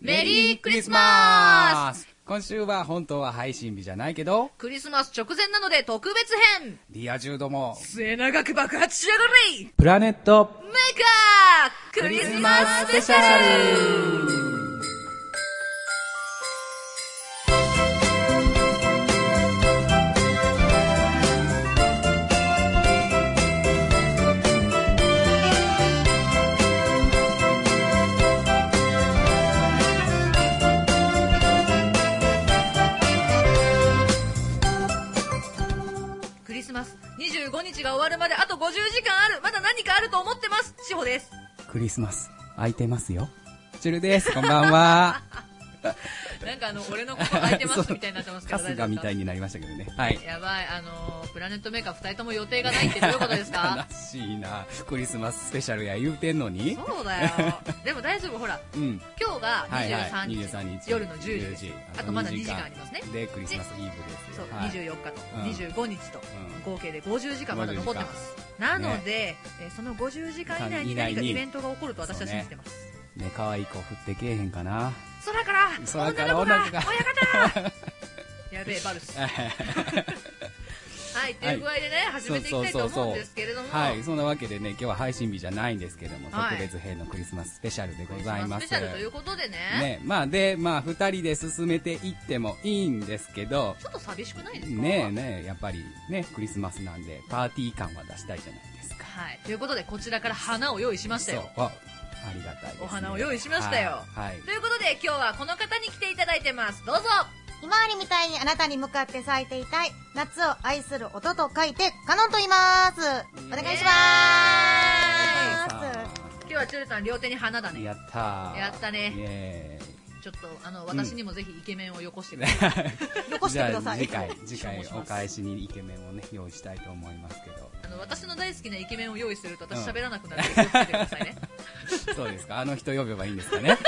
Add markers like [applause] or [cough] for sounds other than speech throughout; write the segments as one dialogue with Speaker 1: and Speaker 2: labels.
Speaker 1: メリークリスマス
Speaker 2: ス今週は本当は配信日じゃないけど、
Speaker 1: クリスマス直前なので特別編
Speaker 2: リア充ども、
Speaker 1: 末永く爆発しやがれメ
Speaker 2: プラネット、
Speaker 1: ーカークリスマススペシャルクリスマス25日が終わるまであと50時間あるまだ何かあると思ってます志保です
Speaker 2: クリスマス、空いてますよ。チュルです、こんばんは。
Speaker 1: なんかあの、俺のこと空いてますみたいになってますけど、 [laughs]
Speaker 2: 春日みたい
Speaker 1: に。
Speaker 2: になりましたけどね。はい。
Speaker 1: やばい、あのー、プラネットメーカー2人とも予定 [laughs] がないってどういうことですか
Speaker 2: 悲しいな。クリスマススペシャルや言うてんのに。
Speaker 1: そうだよ。でも大丈夫、ほら、
Speaker 2: うん。
Speaker 1: 今日が
Speaker 2: はいはい
Speaker 1: 23日,、
Speaker 2: 23日
Speaker 1: 夜の10時です
Speaker 2: 10
Speaker 1: あとまだ2時間ありますね。
Speaker 2: で、クリスマスイーブです
Speaker 1: そ
Speaker 2: よ
Speaker 1: う、。
Speaker 2: はい
Speaker 1: 24
Speaker 2: うん
Speaker 1: 日と25日と、合計で50時間まだ
Speaker 2: 50
Speaker 1: 残ってます。なので、えーその50時間以内に何かイベントが起こると私は信じてます。
Speaker 2: うんね、可愛い子降ってけえへんかな。
Speaker 1: 空から、
Speaker 2: 空から
Speaker 1: 女の
Speaker 2: 女
Speaker 1: 子
Speaker 2: の子
Speaker 1: が
Speaker 2: が、
Speaker 1: 親方やべえ、バ
Speaker 2: [laughs]
Speaker 1: ルス。はい、という具合でね、始めていきたいと思うんですけれども、
Speaker 2: はい、そんなわけでね、今日は配信日じゃないんですけども、
Speaker 1: はい
Speaker 2: 特別編のクリスマススペシャルで
Speaker 1: ク
Speaker 2: ご
Speaker 1: リス
Speaker 2: ざい
Speaker 1: マ
Speaker 2: ま
Speaker 1: ススペ
Speaker 2: す。
Speaker 1: シャルということでね、
Speaker 2: ね、まあで、まあ二人で進めていってもいいんですけど、
Speaker 1: ちょっと寂しくないですか
Speaker 2: ねえねえ、やっぱりね、クリスマスなんで、パーティー感は出したいじゃないですか。
Speaker 1: はい、ということで、こちらから花を用意しましたよ。
Speaker 2: そう。あありがたいです、ね。
Speaker 1: お花を用意しましたよ
Speaker 2: はい。はい
Speaker 1: ということで、今日はこの方に来ていただいてます。どうぞ
Speaker 3: ひまわりみたいにあなたに向かって咲いていたい。夏を愛する音と書いて、カノンと言います。お願いしま
Speaker 2: さ
Speaker 1: 今日はチュルさん両手に花だ
Speaker 2: あ
Speaker 1: ね。
Speaker 2: やったー。
Speaker 1: やった
Speaker 2: イ
Speaker 1: ね
Speaker 2: エーイ
Speaker 1: ちょっと、あの、私にもぜひイケメンをよこしてください。
Speaker 3: す。残し
Speaker 2: じ
Speaker 3: て
Speaker 2: ゃ
Speaker 3: くだ
Speaker 2: あ
Speaker 3: さ
Speaker 2: 次
Speaker 3: い。
Speaker 2: 回、次
Speaker 1: [laughs]
Speaker 2: 回
Speaker 1: します
Speaker 2: お返しにイケメンをね、用意したいと思いますけど。
Speaker 1: あの、私の大好きなイケメンを用意すると私
Speaker 2: うん
Speaker 1: 喋らなくなるので気をつけてくださいね。
Speaker 2: そうですか。あの人呼べばいいんです
Speaker 1: [laughs]
Speaker 2: かね。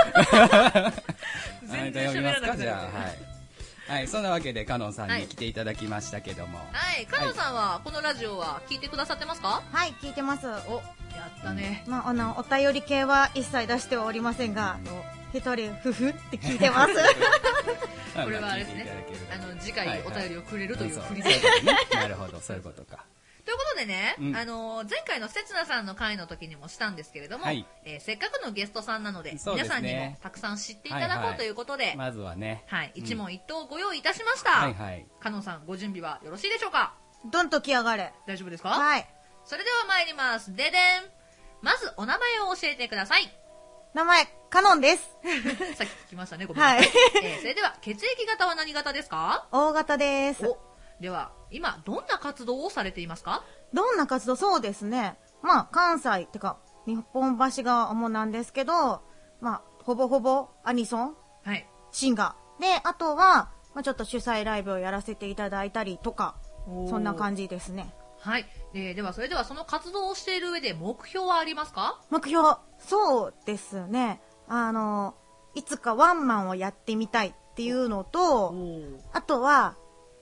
Speaker 1: 全然喋らなくなる
Speaker 2: じゃあ、はい。はい、そんなわけで、カノンさん
Speaker 1: はい
Speaker 2: に来ていただきましたけども。
Speaker 1: はい、カノさんは、このラジオは聞いてくださってますか
Speaker 3: はい、聞いてます。
Speaker 1: お、やったね。
Speaker 3: まあ、あの、お便り系は一切出してはおりませんが、一人、ふふって聞い
Speaker 2: [laughs]
Speaker 3: てます。
Speaker 1: これはあれですね
Speaker 2: 聞いていただける。
Speaker 1: あの、次回お便りをくれるという振り
Speaker 2: は
Speaker 1: で
Speaker 2: いはいうんそうそうですねなるほど、そういうことか。
Speaker 1: ということでね、
Speaker 2: うん
Speaker 1: あのー前回のせつなさんの回の時にもしたんですけれども、
Speaker 2: はい
Speaker 1: えーせっかくのゲストさんなので
Speaker 2: そうで
Speaker 1: 皆
Speaker 2: すね
Speaker 1: さんにもたくさん知っていただ
Speaker 2: はい
Speaker 1: こ
Speaker 2: は
Speaker 1: う
Speaker 2: い
Speaker 1: ということで、はい
Speaker 2: まずはね。
Speaker 1: 一問一答ご用意いたしました、
Speaker 2: はいはい。
Speaker 1: かのんさんご準備はよろしいでしょうか
Speaker 3: どんと来やがれ。
Speaker 1: 大丈夫ですか、
Speaker 3: はい。
Speaker 1: それでは参りますででんまずお名前を教えてくださ
Speaker 3: [laughs]
Speaker 1: い
Speaker 3: 名前、カノンです。
Speaker 1: さっき聞きましたねごめんなさ、
Speaker 3: はいい。
Speaker 1: えーそれでは血液型は何型ですか
Speaker 3: 大型です。
Speaker 1: おでは今どんな活動をされていますか
Speaker 3: どんな活動そうですね。まあ、関西、てか、日本橋が主なんですけど、まあ、ほぼほぼアニソン
Speaker 1: はい
Speaker 3: シンガー。で、あとは、まあ、ちょっと主催ライブをやらせていただいたりとか、そんな
Speaker 1: じ
Speaker 3: 感じですね。
Speaker 1: はい、えーではそれではその活動をしている上で目標はありますか
Speaker 3: 目標、そうですね。あの、いつかワンマンをやってみたいっていうのと、あとは、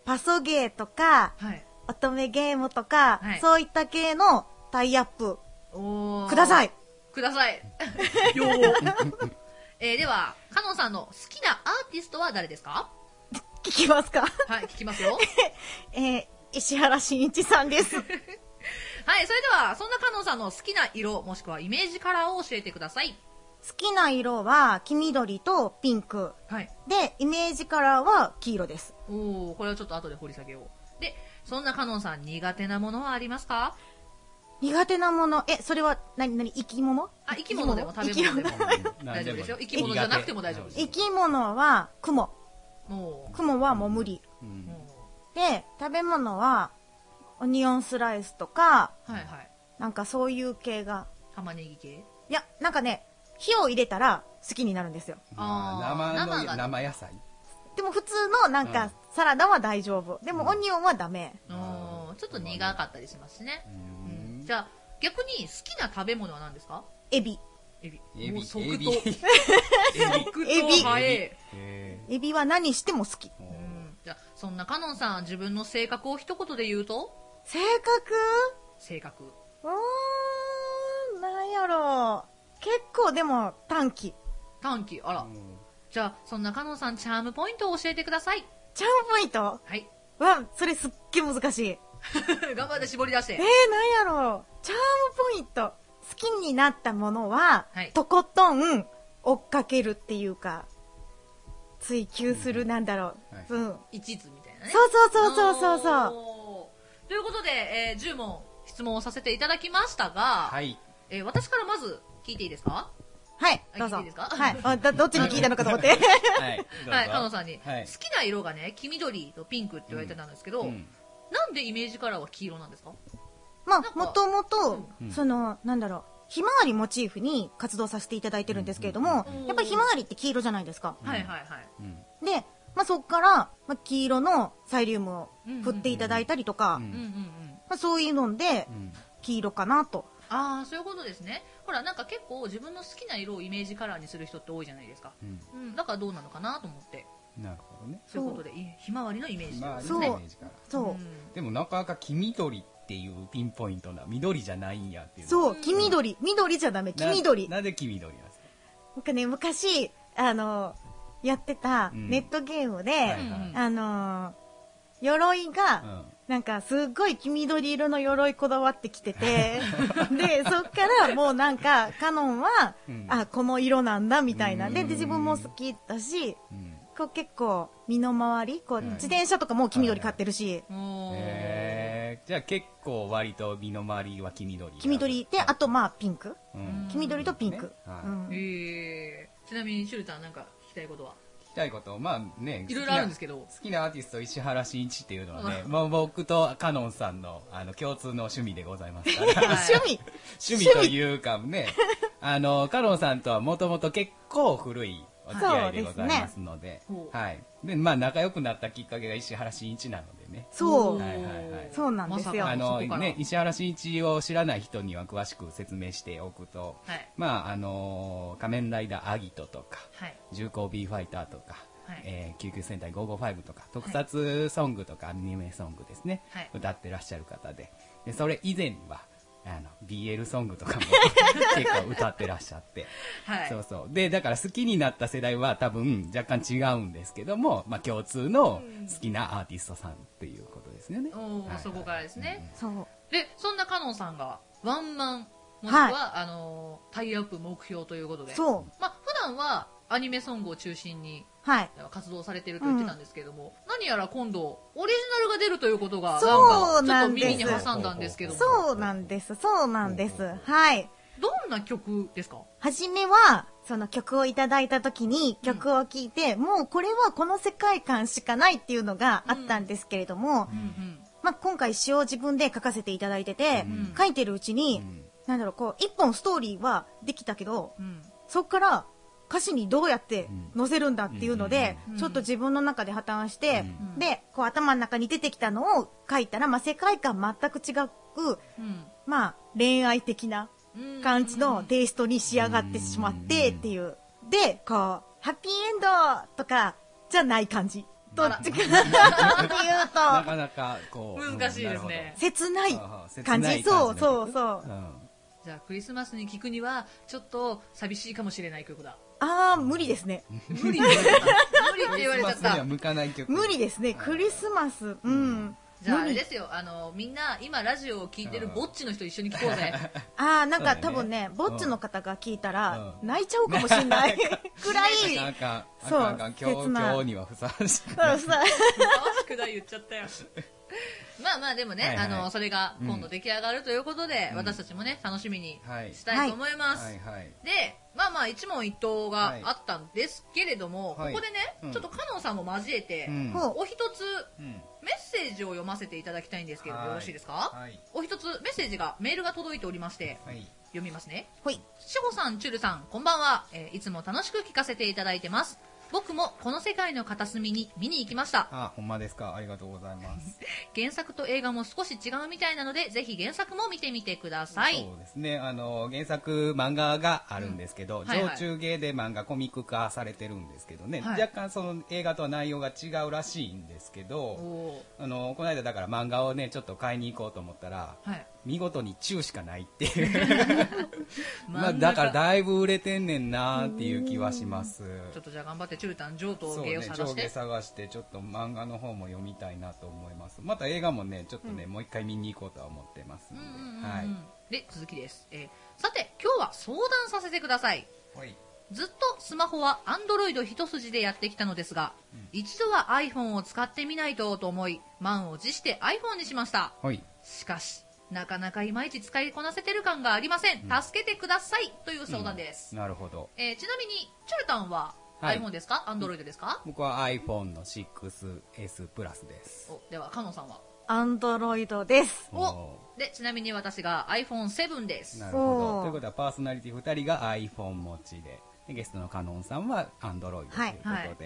Speaker 3: パソゲーとか、
Speaker 1: はい
Speaker 3: 乙女ゲームとか、
Speaker 1: はい
Speaker 3: そういった系のタイアップ
Speaker 1: おー
Speaker 3: ください。
Speaker 1: ください
Speaker 3: [laughs]
Speaker 1: よー [laughs] えーではかのんさんの好きなアーティストは誰ですか
Speaker 3: 聞きますか [laughs]
Speaker 1: はい聞きますよ
Speaker 3: えー、石原慎一さん
Speaker 1: [laughs]
Speaker 3: です。
Speaker 1: はいそれではそんなかのんさんの好きな色もしくはイメージカラーを教えてください
Speaker 3: 好きな色は黄緑とピンク。
Speaker 1: はい
Speaker 3: で、イメージカラーは黄色です。
Speaker 1: おおこれはちょっと後で掘り下げようでそんなかのんさん苦手なものはありますか
Speaker 3: 苦手なもの、え、それは、なになに、生き物
Speaker 1: あ生き物でも食べ物でも大丈夫ですよ生き物じゃなくても大丈夫です
Speaker 3: 生き物は、雲。
Speaker 1: も
Speaker 3: 雲はもう無理。
Speaker 2: う
Speaker 1: うんも
Speaker 3: で、食べ物は、オニオンスライスとか、
Speaker 1: うはいはい
Speaker 3: なんかそういう系が。
Speaker 1: 玉ねぎ系
Speaker 3: いや、なんかね、火を入れたら好きになるんですよ。
Speaker 1: あー
Speaker 2: まあ
Speaker 1: 生
Speaker 2: 生の
Speaker 1: がね
Speaker 2: 生野菜
Speaker 3: でも普通のなん
Speaker 2: う
Speaker 3: か
Speaker 2: ん
Speaker 3: サラダは大丈夫。でもオニオンはダメ。
Speaker 1: おーちょっと苦かったりしますしね
Speaker 2: う
Speaker 1: うん
Speaker 2: ん
Speaker 1: じゃあ逆に好きな食べ物は何ですか
Speaker 3: エビ。
Speaker 1: エビ
Speaker 2: エビ
Speaker 1: もう即答
Speaker 2: エビ
Speaker 1: [laughs] 即答
Speaker 3: エビ
Speaker 1: 早い
Speaker 2: へ
Speaker 3: エビは何しても好き。
Speaker 2: ー
Speaker 1: うんじゃあそんなかのんさん自分の性格を一言で言うと
Speaker 3: 性格
Speaker 1: 性格
Speaker 3: うーん、なんやろう。結構でも短期。
Speaker 1: 短期あら
Speaker 2: うん
Speaker 1: じゃあ、そんなカノンさん、チャームポイントを教えてください。
Speaker 3: チャームポイント
Speaker 1: はい。 [laughs]
Speaker 3: は、それすっげえ難しい。
Speaker 1: 頑張って絞り出し
Speaker 3: え
Speaker 1: て
Speaker 3: ー、。なんやろう。チャームポイント。好きになったものは、
Speaker 1: はい
Speaker 3: とことん追っかけるっていうか、追求するなんだろう。
Speaker 2: はい
Speaker 3: うん。
Speaker 1: いちずみたいなね。
Speaker 3: そうそうそうそうそうそう。
Speaker 1: う。ということで、えー10問質問をさせていただきましたが、
Speaker 2: はい。
Speaker 1: えー私からまず聞いていいですか
Speaker 3: はい、どうぞ。
Speaker 1: あ聞いていいですか
Speaker 3: はいあど。どっちに聞いたのかと思って。
Speaker 2: はい。どうぞ
Speaker 1: [laughs] はい、カノンさんに、
Speaker 2: はい
Speaker 1: 好きな色がね、黄緑とピンクって言われてたんですけど、
Speaker 2: うん
Speaker 1: なんでイメージカラーは黄色なんですか
Speaker 3: [laughs]
Speaker 1: な
Speaker 3: ま
Speaker 1: ん
Speaker 3: あ、
Speaker 1: か
Speaker 3: もともと
Speaker 2: うん、
Speaker 3: その、なんだろう、ひまわりモチーフに活動させていただいてるんですけれども
Speaker 1: うんうんうん、
Speaker 3: やっぱりひまわりって黄色じゃないですか。
Speaker 2: ん
Speaker 1: はいはいはい。
Speaker 2: うん
Speaker 3: で、まあ、そっから、まあ、黄色のサイリウムを振っていただいたりとか、
Speaker 2: うん
Speaker 1: うんうんうん。
Speaker 3: まあ、そういうので
Speaker 2: う、ん
Speaker 3: 黄色かなと。
Speaker 1: ああ、そういうことですね。ほら、なんか結構自分の好きな色をイメージカラーにする人って多いじゃないですか。
Speaker 2: うん
Speaker 1: うん、だからどうなのかなと思って。
Speaker 2: なるほどね。
Speaker 1: そういうことで、いひまわりのイメージ
Speaker 2: まあ、
Speaker 1: で
Speaker 2: い
Speaker 1: す
Speaker 2: いイメ
Speaker 1: ね。
Speaker 3: そう
Speaker 2: ージから。
Speaker 3: そう。
Speaker 1: ん
Speaker 2: でもなかなか黄緑っていうピンポイントな緑じゃないんやっていうのが。
Speaker 3: そう、黄緑。緑じゃダメ、黄緑。
Speaker 2: ななんで黄緑なんですか
Speaker 3: 僕ね、昔、あの、やってた
Speaker 2: うん
Speaker 3: ネットゲームで、
Speaker 2: はいはい
Speaker 3: あの、鎧が、
Speaker 2: うん
Speaker 3: なんかすっごい黄緑色の鎧こだわってきて
Speaker 2: [laughs]
Speaker 3: て、で、そっからもうなんか、カノンは、
Speaker 2: うん
Speaker 3: あ、この色なんだみたいな。で、
Speaker 2: うん
Speaker 3: で自分も好きだし、
Speaker 2: うん
Speaker 3: こう結構、身の回り、こう、
Speaker 2: うん
Speaker 3: 自転車とかもう黄緑買ってるし、
Speaker 1: おー
Speaker 2: えーじゃあ結構割と身の回りは黄緑。
Speaker 3: 黄緑で、あとまあ、ピンク。
Speaker 2: うん、
Speaker 1: うん
Speaker 3: 黄緑とピンク
Speaker 2: ね。はい
Speaker 3: うん
Speaker 1: えーちなみにシュルターなんか聞きたいことは
Speaker 2: 聞きたいこと、まあね、
Speaker 1: いろいろあるんですけど
Speaker 2: 好きなアーティスト石原慎一っていうのはね、
Speaker 1: う
Speaker 2: まあ、僕とカノンさんのあの共通の趣味でございますから、
Speaker 1: はい
Speaker 3: 趣味
Speaker 2: 趣味というかね、あの、カノンさんとはもともと結構古いお付き合いでございますので、
Speaker 1: そうですね
Speaker 2: はい。で、まあ仲良くなったきっかけが石原慎一なのでね。
Speaker 3: そう
Speaker 1: おー
Speaker 2: はいはいはい
Speaker 3: そうなんですよ
Speaker 1: まさか
Speaker 2: あの
Speaker 1: そこから
Speaker 2: ね、石原慎一を知らない人には詳しく説明しておくと、
Speaker 1: はい
Speaker 2: まああの仮面ライダーアギトとか、
Speaker 1: はい
Speaker 2: 重工 B ファイターとか、
Speaker 1: はい
Speaker 2: えー救急戦隊555とか特撮ソングとかアニメソングですね、
Speaker 1: はい
Speaker 2: 歌ってらっしゃる方ででそれ以前はあの BL ソングと
Speaker 1: [laughs]
Speaker 2: かも結構歌ってらっしゃって、
Speaker 1: はい
Speaker 2: そうそうでだから好きになった世代は多分若干違うんですけども、まあ、共通の好きなアーティストさんっていうことですよね、
Speaker 1: おー
Speaker 2: はい
Speaker 1: そこからですね
Speaker 3: そう。
Speaker 1: でそんなカノンさんがワンマンもしくは、あのータイアップ目標ということで
Speaker 3: そう。
Speaker 1: まあ普段はアニメソングを中心に
Speaker 3: はい。
Speaker 1: 活動されてると言ってたんですけども、何やら今度オリジナルが出るということが
Speaker 3: そ
Speaker 1: な
Speaker 3: うなんん
Speaker 1: か
Speaker 3: で
Speaker 1: ちょっと耳
Speaker 3: す
Speaker 1: に挟んだんですけども
Speaker 3: そうなんです。そうなんで
Speaker 2: う
Speaker 3: す
Speaker 2: んうんうん。
Speaker 3: はい。
Speaker 1: どんな曲ですか
Speaker 3: はじめは、その曲をいただいた時に曲を聴いて、もうこれはこの世界観しかないっていうのがあったんですけれども、
Speaker 1: うんうん
Speaker 3: まあ、今回詩を自分で書かせていただいてて、
Speaker 1: うん
Speaker 3: 書いてるうちに、
Speaker 2: うん
Speaker 3: なんだろう、こう、一本ストーリーはできたけど、
Speaker 1: うん
Speaker 3: そっから歌詞にどうやって載せるんだっていうので、
Speaker 1: うん
Speaker 3: ちょっと自分の中で破綻して、
Speaker 1: うん
Speaker 3: で、こう頭の中に出てきたのを書いたら、まあ、世界観全く違う、まあ、恋愛的な
Speaker 1: うん
Speaker 3: 感じのテイストに仕上がってしまってっていう。で、こう、ハッピーエンドとかじゃない感じ。どっちかって
Speaker 2: な
Speaker 3: いうと、
Speaker 2: かなかこう
Speaker 1: 難しいです
Speaker 2: うんな
Speaker 1: ね
Speaker 2: るほど
Speaker 3: 切ない
Speaker 2: ああ切ない
Speaker 3: 感
Speaker 2: 感
Speaker 3: じ。
Speaker 2: じ
Speaker 3: そう
Speaker 2: ね
Speaker 3: そうそう。
Speaker 1: じゃあクリスマスに聞くにはちょっと寂しいかもしれない曲だ
Speaker 3: あー、無理ですね。
Speaker 1: 無理って言われちゃった無理って言われち
Speaker 2: クリ
Speaker 1: ゃっ
Speaker 2: スマスには
Speaker 1: た
Speaker 2: 向かない曲
Speaker 3: 無理ですね。クリスマス。うん。
Speaker 1: じゃああ
Speaker 3: 無
Speaker 1: れ
Speaker 3: 理
Speaker 1: ですよあのみんな今ラジオを聞いてるぼっちの人一緒に聞こうぜ
Speaker 3: あー、な
Speaker 2: そ
Speaker 3: んか
Speaker 2: うだね
Speaker 3: 多分ね、ぼっちの方が聞いたら、
Speaker 2: うん
Speaker 3: 泣いちゃうかもしれ
Speaker 2: [laughs]
Speaker 3: ないくら
Speaker 2: ないん、か
Speaker 3: そう
Speaker 2: あかんあかん今日
Speaker 3: 切ない
Speaker 2: 今日にはふさわしく
Speaker 3: そうさ、
Speaker 1: 正しくない言っちゃったよ [laughs] まあまあでもね、
Speaker 2: はいはい
Speaker 1: あのそれが今
Speaker 2: う
Speaker 1: 度
Speaker 2: ん
Speaker 1: 出来上がるということで、
Speaker 2: うん
Speaker 1: 私たちもね楽しみに
Speaker 2: はい
Speaker 1: したいと思います、
Speaker 2: はいはい
Speaker 1: でまあまあ一問一答があったんですけれども、
Speaker 2: はい
Speaker 1: ここでね、
Speaker 2: うん
Speaker 1: ちょっとカノンさんも交えて、
Speaker 2: うん
Speaker 3: ほう
Speaker 1: お一つ
Speaker 2: うん
Speaker 1: メッセージを読ませていただきたいんですけれどもよろしいですか、
Speaker 2: はい
Speaker 1: お一つメッセージがメールが届いておりまして
Speaker 2: はい
Speaker 1: 読みますね
Speaker 3: ほい。
Speaker 1: しほさん、ちゅるさん、こんばんは、えーいつも楽しく聞かせていただいてます。僕もこの世界の片隅に見に行きました。
Speaker 2: あほんまですかありがとうございます
Speaker 1: [laughs] 原作と映画も少し違うみたいなので、ぜひ原作も見てみてください
Speaker 2: そ。うですねあの原作漫画があるんですけど、
Speaker 1: んはいはい
Speaker 2: 上中下で漫画コミック化されてるんですけどね、
Speaker 1: はい
Speaker 2: 若干その映画とは内容が違うらしいんですけど
Speaker 1: お
Speaker 2: あのこの間だから漫画をねちょっと買いに行こうと思ったら
Speaker 1: ーはい。
Speaker 2: 見事に中しかないっていう。まあ、だからだいぶ売れてんねんなーっていう気はします。
Speaker 1: ちょっとじゃあ頑張って中短上
Speaker 2: そ
Speaker 1: 等
Speaker 2: う
Speaker 1: 芸を
Speaker 2: ね、
Speaker 1: 探
Speaker 2: 上
Speaker 1: し
Speaker 2: 下
Speaker 1: て。
Speaker 2: 探して、ちょっと漫画の方も読みたいなと思います。また映画もね、ちょっとね、もう一回見に行こうとは思ってます
Speaker 1: うんん
Speaker 2: で。
Speaker 1: うんうんうん
Speaker 2: はい。
Speaker 1: で続きです、えーさて今日は相談させてください
Speaker 2: ほい。
Speaker 1: ずっとスマホは Android 一筋でやってきたのですが、一度は iPhone を使ってみないとと思い満を持して iPhone にしました
Speaker 2: ほい。
Speaker 1: しかしなかなかいまいち使いこなせてる感がありません、助けてくださいという相談です、
Speaker 2: なるほど。
Speaker 1: えーちなみにチュルタンは
Speaker 2: はい
Speaker 1: iPhone ですか、Android ですか、
Speaker 2: 僕は iPhone の 6S プラスです。
Speaker 1: おではカノンさんは
Speaker 3: アンドロイドです。
Speaker 1: おでちなみに私が iPhone7 です
Speaker 2: なるほど。
Speaker 3: おー
Speaker 2: ということは、パーソナリティ2人が iPhone 持ちで、でゲストのカノンさんは Android ということで。
Speaker 3: は
Speaker 1: は
Speaker 3: い
Speaker 1: い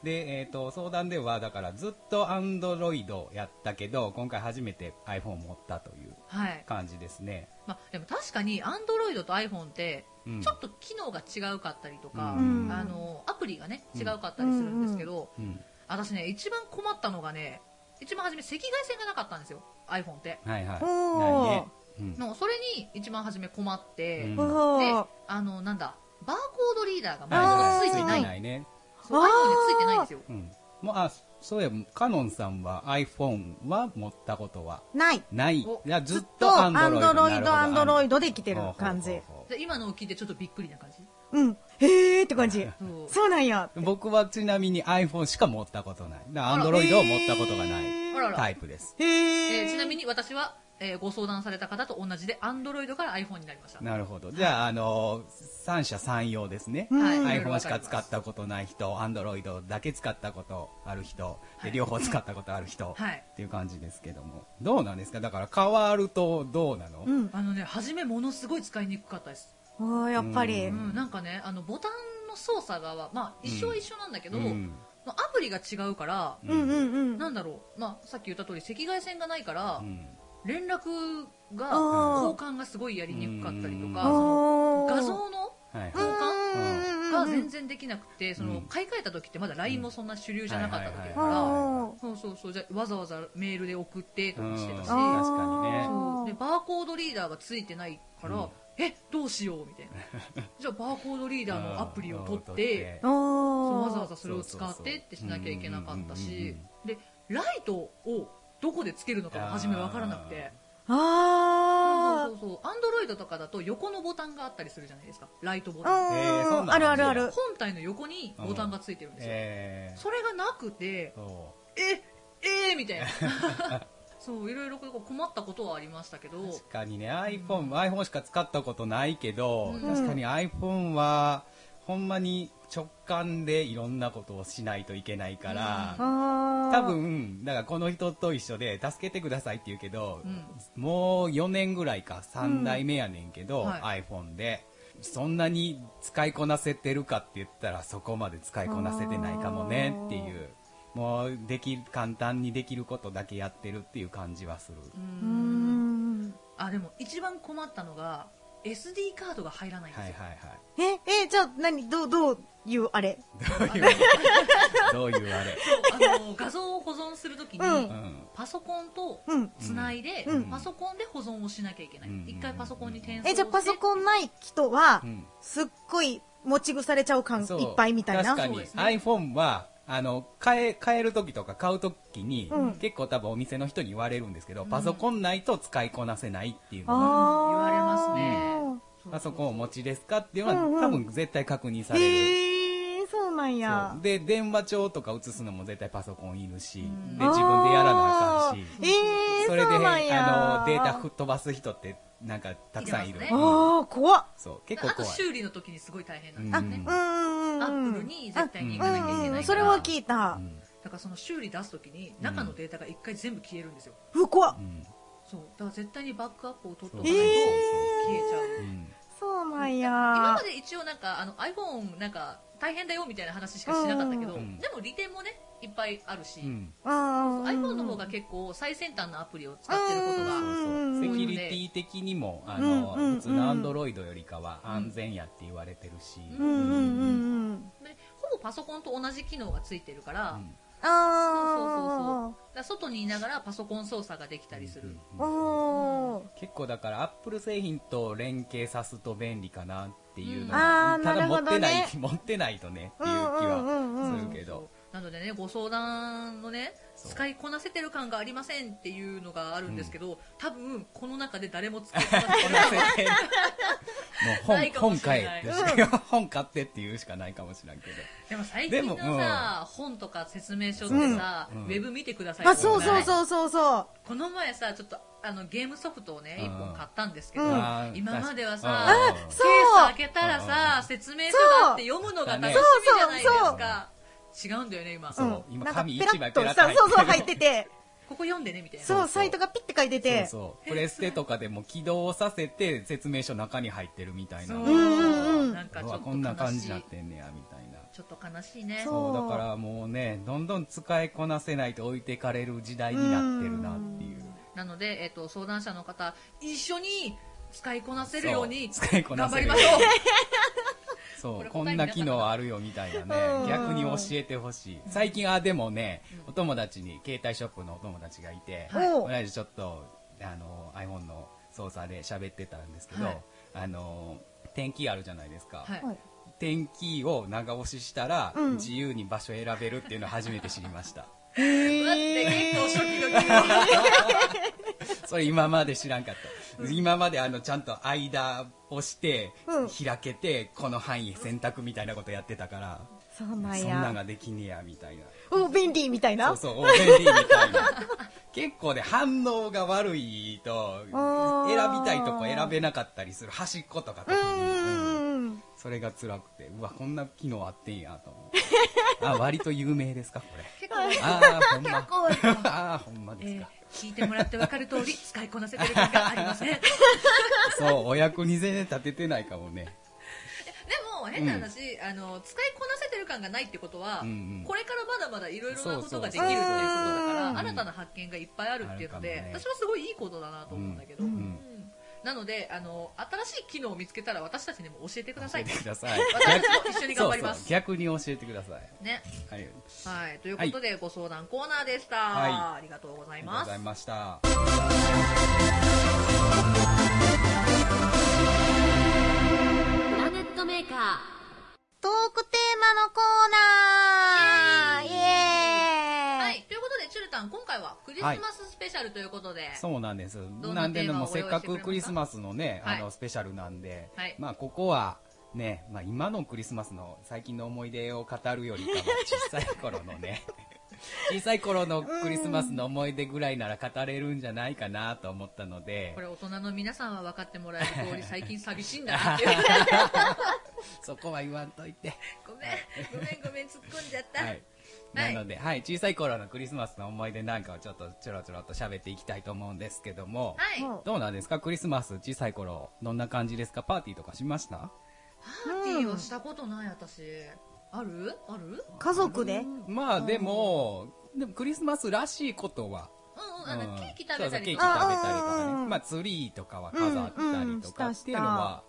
Speaker 2: で、えっ、と、相談では、だからずっと Android やったけど、今回初めて iPhone 持ったという
Speaker 1: はい
Speaker 2: 感じですね。
Speaker 1: まあ、でも確かに Android と iPhone って
Speaker 2: うん
Speaker 1: ちょっと機能が違うかったりとか、
Speaker 2: うん
Speaker 1: あのアプリがね違うかったりするんですけど、
Speaker 2: うん。
Speaker 1: 私ね一番困ったのがね一番初め赤外線がなかったんですよ iPhone って、
Speaker 2: はいはい。
Speaker 3: おー
Speaker 2: ないね。うん。
Speaker 1: のそれに一番初め困って、
Speaker 2: うん
Speaker 1: で
Speaker 3: おー
Speaker 1: あのなんだバーコードリーダーが
Speaker 2: は
Speaker 1: ま
Speaker 2: いは
Speaker 1: だ
Speaker 2: い
Speaker 1: ついてな
Speaker 2: つ
Speaker 1: い、
Speaker 2: いてないね。
Speaker 1: そう iPhone でついてないんですよ
Speaker 2: うん。もう、あ、そうや、カノンさんは iPhone は持ったことは
Speaker 3: ない。
Speaker 2: ない。い
Speaker 1: お
Speaker 2: や、ず
Speaker 3: ず
Speaker 2: っ
Speaker 3: っ
Speaker 2: と
Speaker 3: と
Speaker 2: Android。
Speaker 3: アンドロ
Speaker 2: な
Speaker 3: イ
Speaker 2: る
Speaker 3: ド、
Speaker 2: ほど
Speaker 3: アンドロイドで来てる感
Speaker 2: ほ
Speaker 3: じ
Speaker 2: う。ほうほうほう
Speaker 1: で今のを聞いてちょっとびっくりな感じ
Speaker 3: うん。へーって感じ。
Speaker 1: そう
Speaker 3: そうなんや。
Speaker 2: 僕はちなみに iPhone しか持ったことない。だから Android を持ったことがな
Speaker 3: へ
Speaker 2: い
Speaker 3: ー
Speaker 1: あらら
Speaker 2: タイプです。
Speaker 3: へ
Speaker 1: え
Speaker 3: ー
Speaker 1: ーちなみに私は、えーご相談された方と同じで Android から iPhone になりました
Speaker 2: なるほど。じゃあ、あの、三者三様ですね。
Speaker 3: ん
Speaker 1: はい
Speaker 2: iPhone しか使ったことない人、Android だけ使ったことある人、で両方使ったことある人、
Speaker 1: はい
Speaker 2: っていう感じですけども。どうなんですかだから変わるとどうなの、
Speaker 3: うん。
Speaker 1: あのね初めものすごい使いにくかったです
Speaker 3: おーやっぱ
Speaker 2: う
Speaker 3: り
Speaker 1: う。ん、なんかねあのボタンの操作がは、まあ、一緒は一緒なんだけど、
Speaker 2: うん
Speaker 1: まあアプリが違うから、
Speaker 3: うんうんうん。
Speaker 1: なんだろう、まあ、さっき言った通り赤外線がないから、
Speaker 2: うん
Speaker 1: 連絡が
Speaker 3: あー
Speaker 1: 交換がすごいやりにくかったりとか、
Speaker 2: うん
Speaker 1: その
Speaker 3: おー
Speaker 1: 画像の
Speaker 2: はい
Speaker 1: 交
Speaker 2: は
Speaker 1: 換
Speaker 3: うんうんうん
Speaker 1: が全然できなくて、そうの
Speaker 2: ん
Speaker 1: 買い替えた時ってまだ LINE もそんな主流じゃなかった時だ
Speaker 2: うん
Speaker 1: か
Speaker 2: はいはいはい
Speaker 1: ら、
Speaker 3: おー
Speaker 1: そうそうそうじゃあわざわざメールで送ってと
Speaker 2: い。う
Speaker 1: か
Speaker 2: ん
Speaker 1: してたし、
Speaker 2: 確
Speaker 3: あ
Speaker 2: かにね。
Speaker 1: そうでバーコードリーダーがついてないから、えどうしようみたいなじゃあバーコードリーダーのアプリを取ってそう
Speaker 3: おー
Speaker 1: わざわざそれを使ってってしなきゃいけなかったしでライトをどこでつけるのかも初め分からなくて
Speaker 3: あ
Speaker 1: そうそうそうアンドロイドとかだと横のボタンがあったりするじゃないですかライトボ
Speaker 3: ー。
Speaker 1: タン
Speaker 2: えーそんな
Speaker 3: うんん。
Speaker 2: だ
Speaker 3: あるあるある。
Speaker 1: 本体の横にボタンがついてるんですよ、
Speaker 2: えー
Speaker 1: それがなくて
Speaker 2: そ
Speaker 1: ええー、みたいなそういろいろこう困ったことはありましたけど
Speaker 2: う確かにね iPhone、iPhone しか使ったことないけど、
Speaker 1: うん
Speaker 2: 確かに iPhone はほんまに直感でいろんなことをしないといけないから、
Speaker 3: あー
Speaker 2: 多。分だからこの人と一緒で助けてくださいって言うけど、
Speaker 1: うん
Speaker 2: もう4年ぐらいか3代目やねんけど、
Speaker 1: うんは
Speaker 2: iPhone でそんなに使いこなせてるかって言ったらそこまで使いこなせてないかもねっていうもうでき簡単にできることだけやってるっていう感じはする、
Speaker 1: う
Speaker 3: うー
Speaker 1: ん
Speaker 3: ん。
Speaker 1: あでも一番困ったのが SD カードが入らないんです
Speaker 2: はい
Speaker 1: よ、
Speaker 2: は
Speaker 3: え、え、じゃあ、何、どう、どういうあれ
Speaker 2: いはい [laughs] どういうどういうあれ、
Speaker 1: あの画像を保存するときに、
Speaker 3: うん
Speaker 2: うん
Speaker 1: パソコンと
Speaker 3: うん。
Speaker 1: つないで、
Speaker 3: うん
Speaker 1: パソコンで保存をしなきゃいけない、
Speaker 2: うん
Speaker 1: 一回パソコンに転送して
Speaker 3: え、じゃあパソコンない人は
Speaker 2: う、ん
Speaker 3: すっごい持ち腐れちゃう感い
Speaker 2: そう
Speaker 3: っぱいみたいな。
Speaker 2: 確かに、
Speaker 1: そうですね
Speaker 2: iPhone はあの買え買える時とか買う時に、
Speaker 3: うん
Speaker 2: 結構多分お店の人に言われるんですけど、パソコンないと使いこなせないっていうのが
Speaker 3: あー
Speaker 1: 言われますね
Speaker 2: パソコンをお持ちですかっていうのは、
Speaker 3: うんうん
Speaker 2: 多分絶対確認される、
Speaker 3: へえ、そうなんや
Speaker 2: そう。で電話帳とか写すのも絶対パソコンいるし、
Speaker 1: ん
Speaker 2: で自分でやらなあかんし
Speaker 3: あーえー、
Speaker 2: それで
Speaker 3: うなんや
Speaker 2: あのデータ吹っ飛ばす人ってなんかたくさんいる
Speaker 1: います
Speaker 2: う
Speaker 1: ね
Speaker 2: ん
Speaker 3: あー、怖っ。
Speaker 2: そう結構
Speaker 1: あと
Speaker 2: 怖い
Speaker 1: 修理の時にすごい大変なんですよね、
Speaker 2: うん
Speaker 3: うんうんうん。
Speaker 1: アップルに絶対に行かなきゃいけない
Speaker 3: う
Speaker 1: か
Speaker 3: んう
Speaker 1: ら
Speaker 3: ん、それは聞いた
Speaker 2: う。ん
Speaker 1: だからその修理出す時に中のデータが一回全部消えるんですよ、
Speaker 3: うわ怖っ
Speaker 2: う。ん
Speaker 1: そうだから絶対にバックアップを取って
Speaker 2: そ
Speaker 1: お
Speaker 2: う
Speaker 1: かないと
Speaker 3: え
Speaker 1: 消
Speaker 3: ー
Speaker 1: えちゃう、
Speaker 2: うん
Speaker 3: そうなん
Speaker 1: 今
Speaker 3: や
Speaker 1: ま。で一応なんかあの iPhone なんか大変だよみたいな話しかしなかったけど、
Speaker 2: ん
Speaker 1: でも利点もねいっぱいあるし、
Speaker 2: うん
Speaker 3: うんうんうん
Speaker 1: iPhone の方が結構最先端のアプリを使ってること
Speaker 2: そう
Speaker 1: が
Speaker 2: そうセ
Speaker 1: うん
Speaker 2: キュリティ的にもあの、
Speaker 3: うんうんうん
Speaker 2: 普通のアンドロイドよりかは安全やって言われてるし、
Speaker 3: うんうんうんうん。
Speaker 1: でほぼパソコンと同じ機能がついてるから、
Speaker 2: うん
Speaker 3: あ
Speaker 1: だから外にいながらパソコン操作ができたりする、
Speaker 3: ーおー
Speaker 2: 結構だからアップル製品と連携さすと便利かなっていうの
Speaker 3: うん
Speaker 2: は、
Speaker 3: あー
Speaker 2: ただ
Speaker 3: なる
Speaker 2: 持
Speaker 3: ほ
Speaker 2: っ
Speaker 3: ど
Speaker 2: てない、 [laughs]
Speaker 3: ね
Speaker 2: 持ってないとねっていう気はするけど、
Speaker 1: そうなのでねご相談のね
Speaker 2: そう
Speaker 1: 使いこなせてる感がありませんっていうのがあるんですけど、多分この中で誰も使いこな
Speaker 2: [laughs]
Speaker 1: せてない
Speaker 2: もう
Speaker 1: ない
Speaker 2: 本
Speaker 1: かも
Speaker 2: 本
Speaker 1: し
Speaker 2: 買
Speaker 1: れない
Speaker 2: えってしか本買ってっていうしかないかもしれんけど
Speaker 1: でも最近の
Speaker 2: でもうん
Speaker 1: さ、本とか説明書ってさ、
Speaker 2: うん
Speaker 1: ウェブ見てください
Speaker 3: あそうそう
Speaker 1: う
Speaker 3: そうそうそう
Speaker 1: この前さちょっとあのゲームソフトをね
Speaker 2: うん
Speaker 1: 一本買ったんですけど、
Speaker 3: うん
Speaker 2: あー
Speaker 1: 今までは
Speaker 2: 確
Speaker 1: さ
Speaker 2: かに
Speaker 3: あ
Speaker 1: ケー
Speaker 3: そ
Speaker 1: ス開けたらさ説明書があって読むのが楽しみじゃないですか違うんだよね今
Speaker 2: そう
Speaker 3: うん
Speaker 2: 今
Speaker 3: なんか
Speaker 2: 紙
Speaker 3: ペラ
Speaker 2: 一枚
Speaker 3: ッと
Speaker 2: ペラッと
Speaker 3: さ
Speaker 2: 入ってる
Speaker 3: そうそう入っ
Speaker 2: [laughs]
Speaker 3: てて
Speaker 1: ここ読んでねみたいな
Speaker 2: う
Speaker 3: そ
Speaker 2: そう
Speaker 3: うサイトがピッて書いてて
Speaker 2: そうそうプレステとかでも起動させて説明書中に入ってるみたいな
Speaker 1: そう
Speaker 3: うんうんうん
Speaker 1: なんかち
Speaker 2: う
Speaker 1: ょ
Speaker 2: わ
Speaker 1: っと
Speaker 2: こんな
Speaker 1: 悲
Speaker 2: 感
Speaker 1: し
Speaker 2: じにないってんねやみたいな
Speaker 1: ちょっと悲しいね
Speaker 3: そう
Speaker 2: そうだからもうねどんどん使いこなせないと置いてかれる時代になってるなっていう
Speaker 1: なので、えっと相談者の方一緒に使いこなせるように
Speaker 2: そう使いこな
Speaker 1: 頑張
Speaker 2: せ
Speaker 1: り
Speaker 2: る
Speaker 1: ましょう
Speaker 2: そ
Speaker 1: こ
Speaker 2: う
Speaker 1: れ
Speaker 2: こ
Speaker 1: 答え
Speaker 2: ん
Speaker 1: にな
Speaker 2: な
Speaker 1: ったかな
Speaker 2: 機能あるよみたいな
Speaker 3: うん
Speaker 2: ね逆に教えてほしい最近あでもねお友達に携帯ショップのお友達がいて
Speaker 1: はい
Speaker 3: お
Speaker 2: 同
Speaker 3: う
Speaker 2: じちょっとあの iPhone の操作で喋ってたんですけ
Speaker 1: は
Speaker 2: ど
Speaker 1: い
Speaker 2: あの点キーあるじゃないですか、
Speaker 1: はい
Speaker 3: はい
Speaker 2: 点キーを長押ししたら、
Speaker 3: うん
Speaker 2: 自由に場所選べるっていうのを初めて知りました [laughs]
Speaker 1: 待って結構初期の
Speaker 2: それ今まで知らんかった、今まであのちゃんと間をして、
Speaker 3: うん
Speaker 2: 開けてこの範囲選択みたいなことやってたから、
Speaker 3: そうなん
Speaker 2: そんなん
Speaker 3: や
Speaker 2: ができねえやみたいな
Speaker 3: お便利みたいな
Speaker 2: そうそうお便利みたいな [laughs] 結構ね反応が悪いと選び
Speaker 3: ー
Speaker 2: たいとこ選べなかったりする端っことか特
Speaker 3: う
Speaker 2: に、
Speaker 3: んうん
Speaker 2: うん
Speaker 3: うんうん
Speaker 2: それが辛くてうわこんな機能あってんやと思ってあ割と有名ですかこれ
Speaker 1: 結構
Speaker 2: ああほんま [laughs] ああほんま
Speaker 1: え
Speaker 2: ですか、
Speaker 1: ー聞いてもらって分かる通り使いこなせてる感がありませんで
Speaker 2: そうお役に全然立ててないかもね
Speaker 1: も変な話、あの使いこなせてる感がないってことは、
Speaker 2: うんうん
Speaker 1: これからまだまだいろいろな
Speaker 2: そう
Speaker 1: こ
Speaker 2: そ
Speaker 1: と
Speaker 2: う
Speaker 1: ができるっていうことだから
Speaker 3: うん
Speaker 1: 新たな発見がいっぱいあるっていうので、
Speaker 2: あるかもね
Speaker 1: 私はすごいいいことだなと思うんだけど、
Speaker 3: うん
Speaker 2: うん
Speaker 1: うんなのであの新しい機能を見つけたら私たちにも教えて
Speaker 2: [laughs]
Speaker 1: ください
Speaker 2: 教えてください
Speaker 1: 私たちも一緒に頑張りま
Speaker 2: そうそ
Speaker 1: す
Speaker 2: う逆に教えてください
Speaker 1: ね
Speaker 2: はいあり
Speaker 1: はい、ということで、ご相談コーナーでした、
Speaker 2: は
Speaker 1: ありがとうござい
Speaker 2: がとう
Speaker 1: ま
Speaker 2: ご
Speaker 1: す
Speaker 2: ざいました
Speaker 4: プラネットメーカー
Speaker 3: トークテーマのコーナーイエ
Speaker 1: は
Speaker 3: ーイ
Speaker 1: い、ということでチュルタン今回はクリスマススペシャルということで、
Speaker 2: そうなんです。
Speaker 1: んな
Speaker 2: なんで
Speaker 1: テー
Speaker 2: で
Speaker 1: マを
Speaker 2: も
Speaker 1: ご用
Speaker 2: せっ
Speaker 1: 意
Speaker 2: かくクリスマスのね、あ
Speaker 1: は
Speaker 2: の
Speaker 1: い
Speaker 2: スペシャルなんで、
Speaker 1: はい
Speaker 2: まあここはね、まあ今のクリスマスの最近の思い出を語るよりか
Speaker 1: [laughs]
Speaker 2: は小さい頃のね、小さい頃のクリスマスの思い出ぐらいなら語れるんじゃないかなと思ったので
Speaker 1: こ、れ大人の皆さんは分かってもらえる通り最近寂しいんだ
Speaker 2: [laughs]
Speaker 1: なっていう
Speaker 2: そこは言わんといて。
Speaker 1: ごめんごめんごめん突っ込んじゃった、
Speaker 2: はい。
Speaker 1: は
Speaker 2: ないので、はい、小さい頃のクリスマスの思い出なんかをちょっとちょろちょろっと喋っていきたいと思うんですけども、
Speaker 1: はい
Speaker 3: もう
Speaker 2: どうなんですかクリスマス小さい頃、どんな感じですかパーティーとかしました
Speaker 1: パーティーをしたことない私あるあるうんうん
Speaker 3: 家族で
Speaker 2: まあでも、でもクリスマスらしいことは。
Speaker 1: あ
Speaker 2: う
Speaker 1: の
Speaker 2: ん
Speaker 1: ケーキ食べ
Speaker 2: そうそう
Speaker 1: た
Speaker 2: ケー
Speaker 1: り
Speaker 2: キ食べ
Speaker 1: と
Speaker 2: たりと
Speaker 1: か
Speaker 3: うん
Speaker 2: か
Speaker 3: うんう
Speaker 2: ね。
Speaker 3: ん
Speaker 2: まあツリーとかは飾ったりとかっていうのは、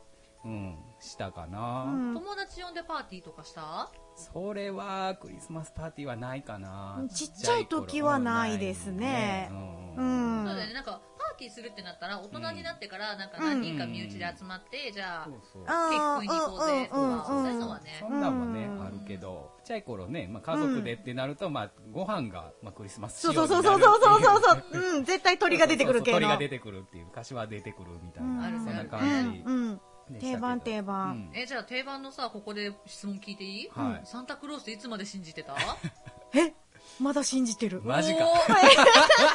Speaker 2: うん、したか
Speaker 3: う
Speaker 2: な。
Speaker 3: ん
Speaker 1: 友達呼んでパーティーとかした
Speaker 2: それはクリスマスパーティーはないかな。
Speaker 3: ちっちゃい時はないですね
Speaker 2: ちっちゃい頃はないね
Speaker 3: う
Speaker 2: うん
Speaker 1: そうんだよねなんかパーティーするってなったら大人になってからなんか何人か身内で集まってじゃあ
Speaker 2: そうそう
Speaker 3: あ
Speaker 1: ケーキ食
Speaker 3: ー
Speaker 1: いに行こうぜとか
Speaker 3: うんうんうんうん
Speaker 1: そういうのはね
Speaker 2: そんなんはね、
Speaker 3: うん
Speaker 2: あるけど、ちっちゃい頃ね、まあ、家族でってなると、まあ、ご飯が、まあ、クリスマス
Speaker 3: そ
Speaker 2: 仕
Speaker 3: うそ
Speaker 2: 様
Speaker 3: う
Speaker 2: にな
Speaker 3: そう
Speaker 2: る
Speaker 3: そうそうそうそうそううん絶対鳥が出てくる系
Speaker 2: そうそうそう鳥が
Speaker 3: の
Speaker 2: 出てくるっていう、柏出てくるみたいな、
Speaker 1: うん
Speaker 2: そんな
Speaker 1: ある
Speaker 2: 感
Speaker 1: ね
Speaker 2: じ
Speaker 3: うん
Speaker 2: でしたけど。
Speaker 3: 定番定番
Speaker 2: うん
Speaker 1: えじゃあ定番のさここで質問聞いていい、
Speaker 2: はい
Speaker 1: サンタクロースっていつまで信じてた
Speaker 3: えまだ信じてる
Speaker 2: [laughs] マジか
Speaker 1: おー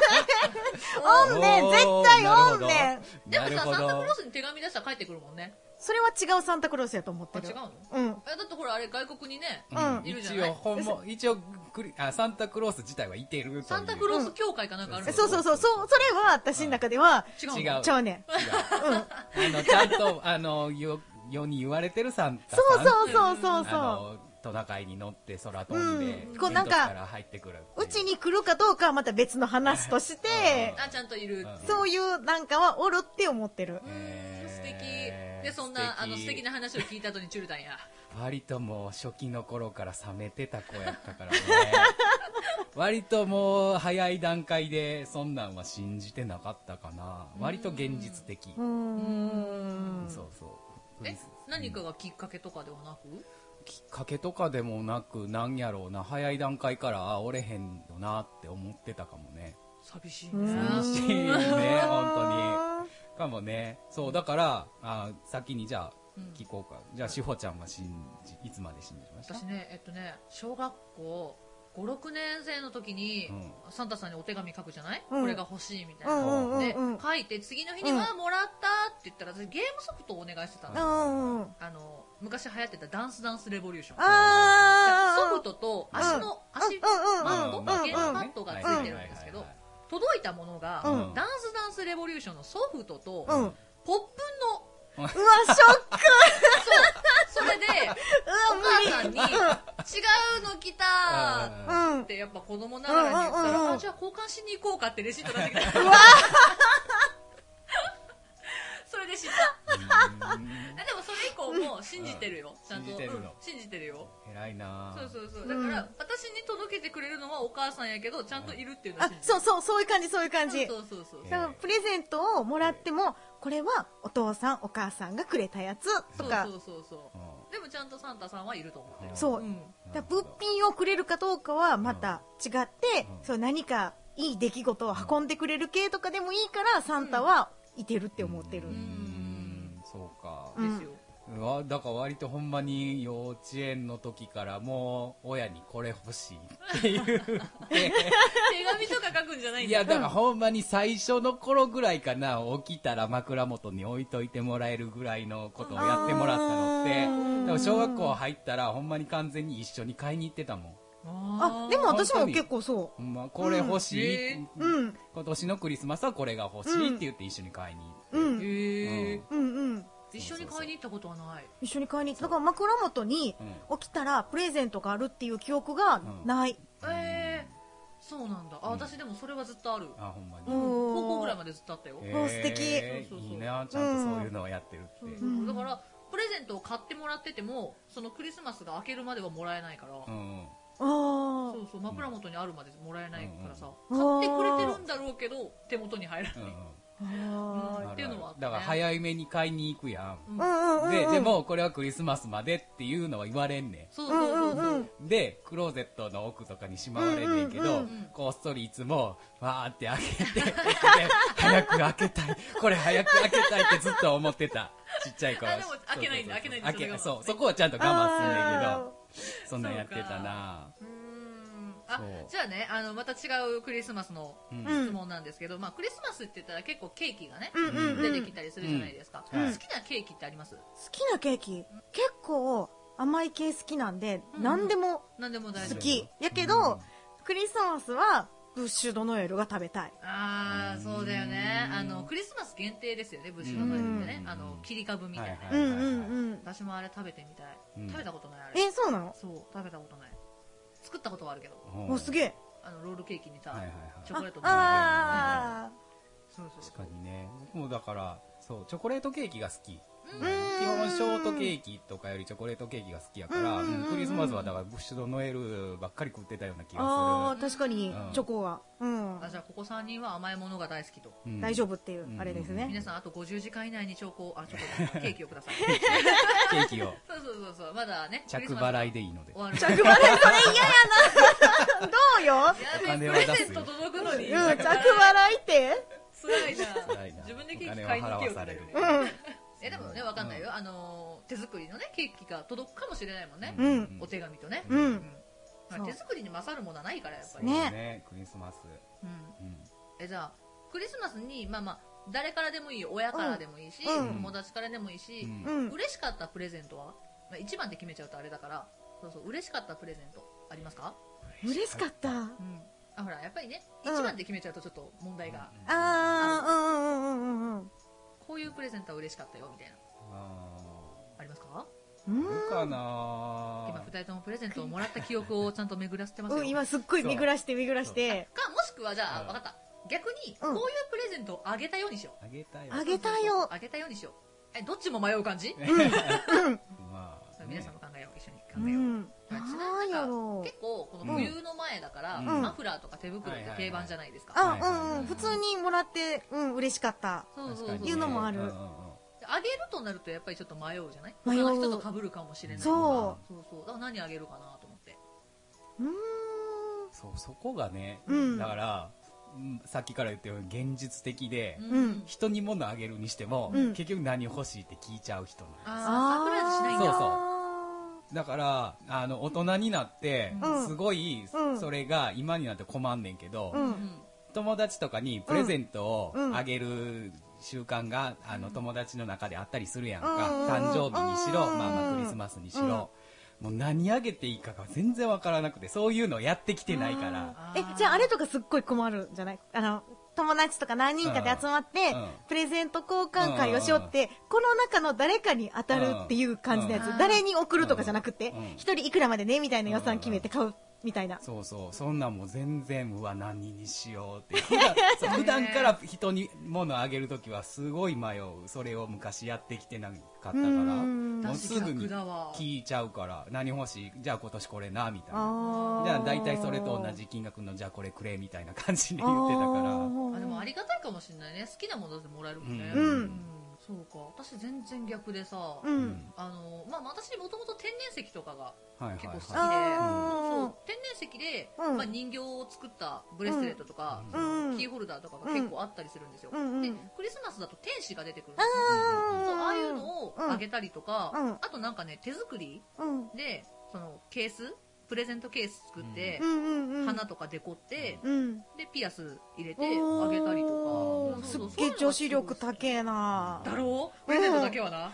Speaker 3: おんねん絶対おんねん
Speaker 1: でも
Speaker 2: なる
Speaker 1: さ
Speaker 2: ほ
Speaker 1: サンタ
Speaker 2: ど。
Speaker 1: クロースに手紙出したら帰ってくるもんね
Speaker 3: それは違うサンタクロースやと思っ
Speaker 1: あ
Speaker 3: て
Speaker 1: 違う
Speaker 3: る
Speaker 1: の
Speaker 3: うん
Speaker 1: えだってほらあれ外国にね、
Speaker 3: うん
Speaker 1: いるじゃ
Speaker 2: 一
Speaker 1: ない
Speaker 2: 応、ほんま、一応クリあ、サンタクロース自体はいてるという。
Speaker 1: サンタクロース協会かなんかあるの、
Speaker 2: ん
Speaker 3: そうそうそうそうそれは私の中では
Speaker 1: 違うの
Speaker 2: 違う
Speaker 3: ちゃうね
Speaker 2: 違うあの、ちゃん [laughs] と、あの、よ、世に言われてるサンタ
Speaker 3: そ
Speaker 2: さん。
Speaker 3: うそうそうそう
Speaker 2: あ
Speaker 3: そ
Speaker 2: のトナカイに乗って空飛んで、
Speaker 3: うん
Speaker 2: う
Speaker 3: こうなんか
Speaker 2: ら入ってくるって
Speaker 3: う
Speaker 2: いう
Speaker 3: ちに来るかどうかはまた別の話として
Speaker 1: あちゃんといる、
Speaker 2: うん
Speaker 3: そういうなんかはおるって思ってる
Speaker 1: うん素敵
Speaker 2: へー
Speaker 1: でそんな
Speaker 2: 素敵
Speaker 1: あの素敵な話を聞いた後にチュルタンや
Speaker 2: 割ともう初期の頃から冷めてた子やったから [laughs] ね割ともう早い段階でそんなんは信じてなかったかな割と現実的、
Speaker 3: うーん。
Speaker 2: そうそう
Speaker 1: え何か
Speaker 2: うん
Speaker 1: がきっかけとかではなく
Speaker 2: きっかけとかでもなくなんやろうな早い段階からあ折れへんよなって思ってたかもね
Speaker 1: 寂しい
Speaker 3: うん
Speaker 1: ね
Speaker 2: 寂しいね本当にかもねそうだからあ先にじゃあ
Speaker 1: うん
Speaker 2: 聞こうか、じゃあ志保ちゃんは信じいつまで信じました
Speaker 1: 私ねえっとね小学校56年生の時に、
Speaker 2: う
Speaker 1: サンタさんにお手紙書くじゃない、
Speaker 3: うん
Speaker 1: これが欲しいみたい
Speaker 3: うん
Speaker 1: な、
Speaker 3: うんうん
Speaker 1: で、
Speaker 3: うん。
Speaker 1: 書いて次の日に
Speaker 3: うん
Speaker 1: はもらったって言ったら私ゲームソフトをお願いしてたの、
Speaker 2: う
Speaker 3: うんうん。
Speaker 1: あの昔流行ってたダンスダンスレボリューション
Speaker 3: あー。
Speaker 1: ソフトと足の、足、
Speaker 3: うん
Speaker 1: マッ
Speaker 3: う
Speaker 1: ト
Speaker 3: ん
Speaker 1: マットゲーム
Speaker 3: うん
Speaker 1: マットがついてるんですけど届いたものが、
Speaker 2: うん
Speaker 1: ダンスダンスレボリューションのソフトと、
Speaker 3: うん。うわ、
Speaker 1: ポップンの
Speaker 3: ショック
Speaker 1: それで
Speaker 3: [laughs] う
Speaker 1: お
Speaker 3: わ、
Speaker 1: 母さんに「違うの来た!」
Speaker 2: あー
Speaker 3: 無理。う
Speaker 1: っ
Speaker 3: ん。
Speaker 1: てやっぱ子供ながらに言ったら、
Speaker 3: うんうんうんうん
Speaker 1: あじゃあ交換しに行こうかってレシート出してきた [laughs] それで知った
Speaker 2: うん
Speaker 1: えでもそれ以降も信じてるよ、ちゃんと
Speaker 2: 信じてるの
Speaker 1: うん、信じてるよ
Speaker 2: 偉いな
Speaker 1: そうそうそう
Speaker 3: うん
Speaker 1: だから、私に届けてくれるのはお母さんやけどちゃんといるっていうのは
Speaker 3: あ
Speaker 1: 信、じて
Speaker 3: そ
Speaker 1: る
Speaker 3: うそう、そういう感じ、そういう感じ。
Speaker 1: そうそうそうそう
Speaker 3: だからプレゼントをもらっても、これはお父さん、お母さんがくれたやつと
Speaker 1: そう
Speaker 3: か
Speaker 1: そ、うそうそううんでもちゃんとサンタさんはいると思ってる
Speaker 3: そう
Speaker 1: うん
Speaker 3: だから物品をくれるかどうかはまた違っ
Speaker 2: う
Speaker 3: て、
Speaker 2: ん
Speaker 3: そう何かいい出来事を運んでくれる系とかでもいいから、サンタはいてるって思ってる。
Speaker 2: う
Speaker 1: うん
Speaker 2: んそうか、
Speaker 3: うん
Speaker 1: ですよ、
Speaker 2: うわだから割とほんまに幼稚園の時からもう親にこれ欲しいっていう
Speaker 1: 手紙とか書くんじゃないん
Speaker 2: い
Speaker 1: だ
Speaker 2: や
Speaker 1: よ
Speaker 2: だからほんまに最初の頃ぐらいかな起きたら枕元に置いといてもらえるぐらいのことをやってもらったのって
Speaker 3: うん
Speaker 2: でも小学校入ったらほんまに完全に一緒に買いに行ってたもん
Speaker 3: あ、でも私
Speaker 2: 本当
Speaker 3: も
Speaker 2: に
Speaker 3: 結構そ
Speaker 2: ほんまこれ欲しい、
Speaker 1: うん
Speaker 3: う。うん。
Speaker 2: 今年のクリスマスはこれが欲しいって言って一緒に買いに行って、
Speaker 3: うん
Speaker 1: へえ、
Speaker 3: うんうん。
Speaker 1: 一緒に買いに行ったことはない
Speaker 3: 一緒に買いに行って、だから枕元に起きたらプレゼントがあるっていう記憶がない。
Speaker 1: ええそうなんだあ、
Speaker 2: うん
Speaker 1: 私でもそれはずっとある
Speaker 2: あほんまに、
Speaker 1: うん
Speaker 3: おー
Speaker 1: 高校ぐらいまでずっとあったよ、
Speaker 2: え
Speaker 3: わ素敵
Speaker 1: そうそうそう
Speaker 2: いいなちゃんとそういうのをやってるって、
Speaker 1: そう
Speaker 2: う
Speaker 1: そ
Speaker 2: ん
Speaker 1: うだからプレゼントを買ってもらっててもそのクリスマスが明けるまではもらえないから、
Speaker 3: あ
Speaker 1: そうそう枕元にあるまでもらえないからさ、
Speaker 3: うん
Speaker 1: 買ってくれてるんだろうけど手元に入らない、
Speaker 2: う
Speaker 3: あ。
Speaker 2: ん
Speaker 1: っていうのはあったね
Speaker 2: だから早めに買いに行くやん、
Speaker 1: うん
Speaker 3: うんうんうん。
Speaker 2: でで、もこれはクリスマスまでっていうのは言われんね
Speaker 1: そう
Speaker 3: う
Speaker 1: そ
Speaker 3: ん
Speaker 1: うそううそ
Speaker 3: ん
Speaker 1: う、
Speaker 3: うん。
Speaker 2: んでクローゼットの奥とかにしまわれんねんけど、
Speaker 3: うんうん
Speaker 1: うんうん
Speaker 2: こっそりいつもわーって開けてで早く開けたいこれ早く開けたいってずっと思ってたちっちゃい頃
Speaker 1: あでも開けないんだ開けないんだ
Speaker 2: 開け
Speaker 1: それ
Speaker 2: そ
Speaker 1: が
Speaker 2: うそこはちゃんと我慢すんねんけどそんなんやってたな
Speaker 1: うーんあ
Speaker 2: そう
Speaker 1: じゃあねあのまた違うクリスマスの
Speaker 2: うん
Speaker 1: 質問なんですけど、まあ、クリスマスって言ったら結構ケーキがね、
Speaker 3: うんうんうん
Speaker 1: 出てきたりするじゃないですか、
Speaker 2: うんはい
Speaker 1: 好きなケーキってあります
Speaker 3: 好きなケーキ結構甘い系好きなんで、
Speaker 1: うん
Speaker 3: 何でも
Speaker 1: 何でも大丈
Speaker 3: 好
Speaker 1: 夫
Speaker 3: き。やけ
Speaker 2: うん
Speaker 3: ど、クリスマスはブッシュドノエルが食べたい。
Speaker 1: ああそうだよねあのクリスマス限定ですよね武士の前ってね
Speaker 2: うん
Speaker 1: あの切り株みたいな、ね
Speaker 2: はいはい
Speaker 3: うんうんうん。
Speaker 1: 私もあれ食べてみたい、
Speaker 2: うん
Speaker 1: 食べたことないあれ
Speaker 3: え、そうなの
Speaker 1: そう食べたことない作ったことはあるけど
Speaker 2: うん
Speaker 3: お、すげえ。
Speaker 1: あのロールケーキにさ、
Speaker 2: はいはいはい
Speaker 1: チョ
Speaker 3: あ
Speaker 1: コレートも
Speaker 3: あ
Speaker 1: そうそう
Speaker 2: 確か
Speaker 1: そう
Speaker 2: にね僕もだからそうチョコレートケーキが好き
Speaker 1: う
Speaker 3: ー。
Speaker 1: ん
Speaker 3: うーん
Speaker 2: 基本ショートケーキとかよりチョコレートケーキが好きやから、
Speaker 3: うんうんうんうん
Speaker 2: クリスマスはだからブッシュドノエルばっかり食ってたような気
Speaker 3: あ
Speaker 2: が
Speaker 3: ー、確かに
Speaker 2: うん、
Speaker 3: チョコは。うん。
Speaker 1: あじゃあここ3人は甘いものが大好きと、
Speaker 2: する、
Speaker 3: 大丈
Speaker 2: 夫
Speaker 3: 夫っていう
Speaker 2: う、ん
Speaker 3: あれですね。
Speaker 1: 皆さんあと50時間以内にチョコあチョコ
Speaker 2: [laughs]
Speaker 1: じゃないケーキをください
Speaker 2: ケーキを
Speaker 1: そうそうそうそうまだね
Speaker 2: 着払い
Speaker 1: い
Speaker 2: でいいので
Speaker 1: 終わる
Speaker 3: 着払い、それ嫌やなどうよ
Speaker 1: やべえ
Speaker 2: お金
Speaker 1: プ
Speaker 2: は出す
Speaker 1: レゼント届くのに、
Speaker 3: うん、着
Speaker 1: 辛
Speaker 3: 払いって
Speaker 1: いな
Speaker 2: 辛いな
Speaker 1: 自分でケーキ買いに行けよってなるよ
Speaker 2: お
Speaker 1: ね
Speaker 2: 金は払わされる
Speaker 1: えでもねわかんないよ、あのー手作りのねケーキが届くかもしれないもんね、
Speaker 3: うん
Speaker 1: お手紙とね、
Speaker 3: う
Speaker 1: うん
Speaker 3: ん。
Speaker 1: まあ
Speaker 3: そう
Speaker 1: 手作りに勝るものはないからやっぱり、
Speaker 2: ね
Speaker 3: ね
Speaker 2: クリスマス、
Speaker 1: うん、
Speaker 2: うん
Speaker 1: えじゃあクリスマスにまあまあ誰からでもいいよ親からでもいいし、
Speaker 3: うん
Speaker 1: 友達からでもいいし、
Speaker 2: うん
Speaker 3: うん。
Speaker 1: 嬉しかったプレゼントは、まあ、一番で決めちゃうとあれだからそうそう嬉しかったプレゼントありますか、
Speaker 3: 嬉しかった。
Speaker 1: うん、あほらやっぱりね一
Speaker 3: うん
Speaker 1: 番で決めちゃうとちょっと問題が、
Speaker 3: あー、うんうんうんうんうん。
Speaker 1: こういうプレゼントは嬉しかったよみたいな
Speaker 2: あ
Speaker 1: ありますか
Speaker 3: うん
Speaker 2: ーあるかな
Speaker 1: 今二人ともプレゼントをもらった記憶をちゃんと巡らせてますよ
Speaker 3: うん、今すっごい見ぐらして見ぐらして。
Speaker 1: かもしくはじゃあ
Speaker 2: うん
Speaker 1: 分かった逆にこ
Speaker 3: う
Speaker 1: うんいうプレゼントをあげたようにしよう
Speaker 2: あげたい
Speaker 3: あげたよ
Speaker 1: あげたようにしようえどっちも迷う感じ
Speaker 3: うん。
Speaker 2: まあ
Speaker 1: ょっと皆さんも考えよう一緒に考
Speaker 3: う
Speaker 1: えよう、
Speaker 3: ん。
Speaker 1: あち
Speaker 3: な
Speaker 1: なんみに
Speaker 3: や
Speaker 1: なんか
Speaker 3: ろう
Speaker 1: 結。構この冬の前だから、
Speaker 2: うん
Speaker 1: マフラーとか手袋って定番じゃないですか、
Speaker 2: はいはい
Speaker 3: あ、うんうん。普通にもらって、うん、嬉しかった。
Speaker 1: そうそう
Speaker 2: 確か
Speaker 1: そう
Speaker 2: に
Speaker 3: いうのもある
Speaker 2: うんうん
Speaker 1: あげるとなるとやっぱりちょっと迷うじゃない
Speaker 3: 迷う
Speaker 1: 他の人とかぶるかもしれない
Speaker 3: そ
Speaker 1: そうそうだから何あげるかなと思って
Speaker 3: う。うーん。
Speaker 2: そう、そこがね、
Speaker 3: うん
Speaker 2: だから、うんさっきから言ったように現実的で、
Speaker 3: ん
Speaker 2: 人に物あげるにしても、
Speaker 3: うん
Speaker 2: 結局何欲しいって聞いちゃう人なの
Speaker 1: ああサプライズしないん
Speaker 2: そう
Speaker 1: だ
Speaker 2: そう
Speaker 3: あ
Speaker 2: だから、あの、大人になって、
Speaker 3: うん
Speaker 2: すごい、
Speaker 3: うん
Speaker 2: それが今になって困んねんけど、
Speaker 3: ーうん
Speaker 2: 友達とかにプレゼントを
Speaker 3: うん
Speaker 2: あげる習慣が、あの、友達の中であったりするやんか。
Speaker 3: うん
Speaker 2: 誕生日にしろ、
Speaker 3: うん
Speaker 2: まあまあクリスマスにしろ。
Speaker 3: うん
Speaker 2: もう何あげていいかが全然わからなくて、そういうのやってきてないから。
Speaker 1: あ
Speaker 3: え
Speaker 1: ー、
Speaker 3: じゃああれとかすっごい困るんじゃないあの、友達とか何人かで集まって、
Speaker 2: うん
Speaker 3: プレゼント交換会をしようって、この中の誰かに当たるっていう感じのやつ。
Speaker 1: うん
Speaker 3: 誰に送るとかじゃなくて
Speaker 2: うん、
Speaker 3: 一、人いくらまでね、みたいな予算決めて買う、みたいな。
Speaker 2: そうそう、そんなんもう全然、うわ、何にしよ
Speaker 3: [laughs]
Speaker 2: うって。普段そう普段から人に物あげるときはすごい迷う。それを昔やってきてなかったから、
Speaker 3: うん
Speaker 2: もうすぐに
Speaker 1: 私逆だわ
Speaker 2: 聞いちゃうから、何欲しいじゃあ今年これな、みたいな。
Speaker 3: あ
Speaker 2: じ
Speaker 3: ー
Speaker 2: ゃあ大体それと同じ金額の、じゃあこれくれ、みたいな感じで言ってた
Speaker 3: あ
Speaker 2: か
Speaker 3: ー
Speaker 1: あでもありがたいかもしれないね好きなものでもらえるもんね
Speaker 2: うん
Speaker 1: そうか私全然逆でさ、
Speaker 3: う
Speaker 2: ら。
Speaker 3: ん。
Speaker 1: あのまあ、私もともと天然石とかが
Speaker 2: はいはい
Speaker 1: 結
Speaker 2: はい
Speaker 1: 構好きで、
Speaker 3: あー
Speaker 1: そう天然石で、
Speaker 3: うん
Speaker 1: まあ、人形を作ったブレスレットとか、
Speaker 2: うん
Speaker 3: うん
Speaker 1: キーホルダーとかが結構あったりするんですよ、
Speaker 3: うんうん
Speaker 1: でクリスマスだと天使が出てくるんですよ
Speaker 3: あ
Speaker 1: そう
Speaker 3: ー
Speaker 1: ああいうのをあげたりとか、
Speaker 3: うん
Speaker 1: あとなんかね手作り
Speaker 3: うん。
Speaker 1: でそのケースプレゼントケース作って
Speaker 3: う、んうんうん。
Speaker 1: 花とかデコって、
Speaker 3: うん。
Speaker 1: でピアス入れて
Speaker 3: お
Speaker 1: あ
Speaker 3: ー
Speaker 1: げたりとか
Speaker 3: すっ
Speaker 1: そうそう
Speaker 3: げえ女子力
Speaker 1: そういうのがすごい好きだ
Speaker 3: 高えな
Speaker 1: ろうプレゼントだけはな、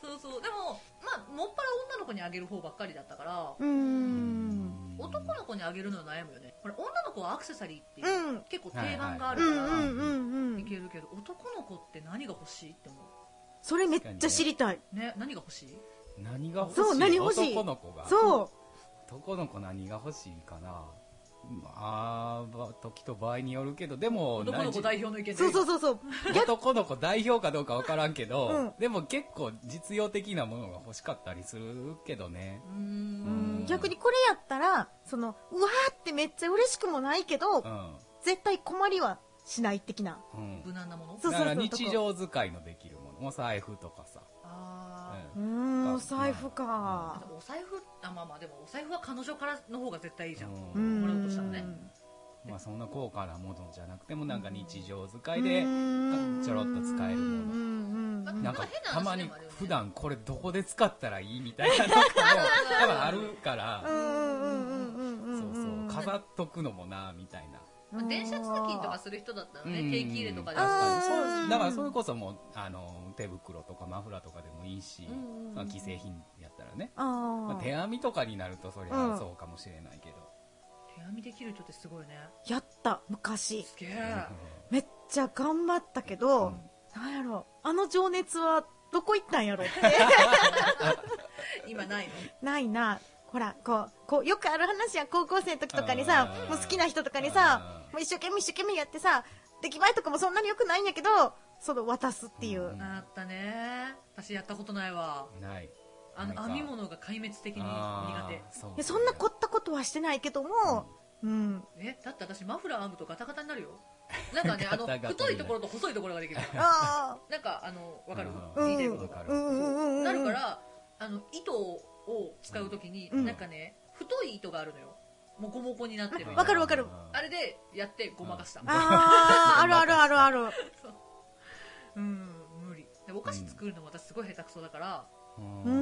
Speaker 1: そうそうでもまあもっぱら女の子にあげる方ばっかりだったから、
Speaker 3: うーん。
Speaker 1: 男の子にあげるの悩むよねこれ女の子はアクセサリーっていう、
Speaker 3: うん
Speaker 1: 結構定番があ
Speaker 3: う
Speaker 1: る
Speaker 3: ん
Speaker 1: から、
Speaker 3: うんうんう
Speaker 1: い
Speaker 3: ん。
Speaker 1: けるけど男の子って何が欲しいって思
Speaker 3: それめっちゃ知りたい。
Speaker 1: うね何が欲しい
Speaker 2: 何が欲しい
Speaker 3: そう何欲しい
Speaker 2: 男の子が。
Speaker 3: そう。
Speaker 2: 男の子何が欲しいかなあーば時と場合によるけどでも
Speaker 1: 男の子代表の意見で
Speaker 3: そうそうそうそう。
Speaker 2: 何男の子代表かどうか分からんけど、
Speaker 3: うん
Speaker 2: でも結構実用的なものが欲しかったりするけどね
Speaker 1: うーん
Speaker 2: うん
Speaker 3: 逆にこれやったら、その、うわーってめっちゃ嬉しくもないけど
Speaker 2: う、ん、
Speaker 3: 絶対困りはしない的な。
Speaker 2: うん、
Speaker 1: 無難なもの
Speaker 3: そう
Speaker 2: だから日常使いのできるものお財布とかさ、
Speaker 1: あー
Speaker 3: う
Speaker 2: う
Speaker 3: ー
Speaker 2: ん
Speaker 3: ん、お財布
Speaker 1: あ
Speaker 3: か。
Speaker 1: とお財布あまあまあでもお財布は彼女からの方が絶対いいじゃん、
Speaker 2: う
Speaker 3: うんん。
Speaker 1: もらおうとしたらね
Speaker 2: まあ、そんな高価なものじゃなくてもなんか日常使いで
Speaker 3: うん
Speaker 2: ちょろっと使えるもの
Speaker 3: うんうんうん
Speaker 2: なんか
Speaker 1: なんか変な話
Speaker 2: たまに
Speaker 1: でもあるよね
Speaker 2: 普段これどこで使ったらいいみたいなの
Speaker 3: [laughs]
Speaker 2: も多分あるから、
Speaker 3: うんうんうんうんうんうん
Speaker 2: そうそううん飾っとくのもなみたいな、
Speaker 1: まあ電車通勤とかする人だったらね、
Speaker 2: うん
Speaker 1: 定期入れとかで
Speaker 2: 確
Speaker 3: あ
Speaker 2: かに
Speaker 3: ー
Speaker 2: そうだからそれこそもうあの手袋とかマフラーとかでもいいし、
Speaker 1: うんうん
Speaker 2: まあ既製品やったらね、
Speaker 3: あ
Speaker 2: まあ、手
Speaker 3: ー
Speaker 2: 編みとかになるとそり
Speaker 3: う
Speaker 2: ゃ
Speaker 3: ん
Speaker 2: そうかもしれないけど、
Speaker 1: 手編みできる人ってすごいね
Speaker 3: やった、昔。
Speaker 1: すげえ
Speaker 3: めっちゃ頑張ったけど、
Speaker 2: うん
Speaker 3: なんやろ、あの情熱はどこ行ったんやろって。
Speaker 1: 今
Speaker 2: [laughs]
Speaker 1: ないの
Speaker 3: ないな。ほら、こう、こう、よくある話やん、高校生の時とかにさ
Speaker 2: あー、
Speaker 3: もう好きな人とかにさ
Speaker 2: あ、ー
Speaker 3: もう一生懸命一生懸命やってさ、出来栄えとかもそんなに良くないんやけど、その渡すっていう。
Speaker 2: うん
Speaker 1: あったね私やったことないわ
Speaker 2: ない
Speaker 1: あの
Speaker 2: なんか
Speaker 1: 編み物が壊滅的に苦
Speaker 2: あー
Speaker 1: 手
Speaker 2: そう
Speaker 3: いやそんな凝ったことはしてないけども、うん。
Speaker 1: えだって私マフラー編むとガタガタになるよなんかねあの
Speaker 2: ガタガタになる
Speaker 1: 太いところと細いところができるから
Speaker 3: あ
Speaker 1: なんかあのわかる
Speaker 2: うん
Speaker 1: 言いたいこと
Speaker 2: わか
Speaker 1: が
Speaker 2: る
Speaker 3: あ、うんうんうんうん。
Speaker 1: なるか、らあの糸を使うときに、
Speaker 3: うん
Speaker 1: なんかね太い糸があるのよもこもこになってる
Speaker 3: わかるわかる
Speaker 1: あれでやってごまかした
Speaker 3: あー、あるあるあるある。
Speaker 1: うん無理でお菓子作るのも私すごい下手くそだから、
Speaker 2: うん
Speaker 3: うー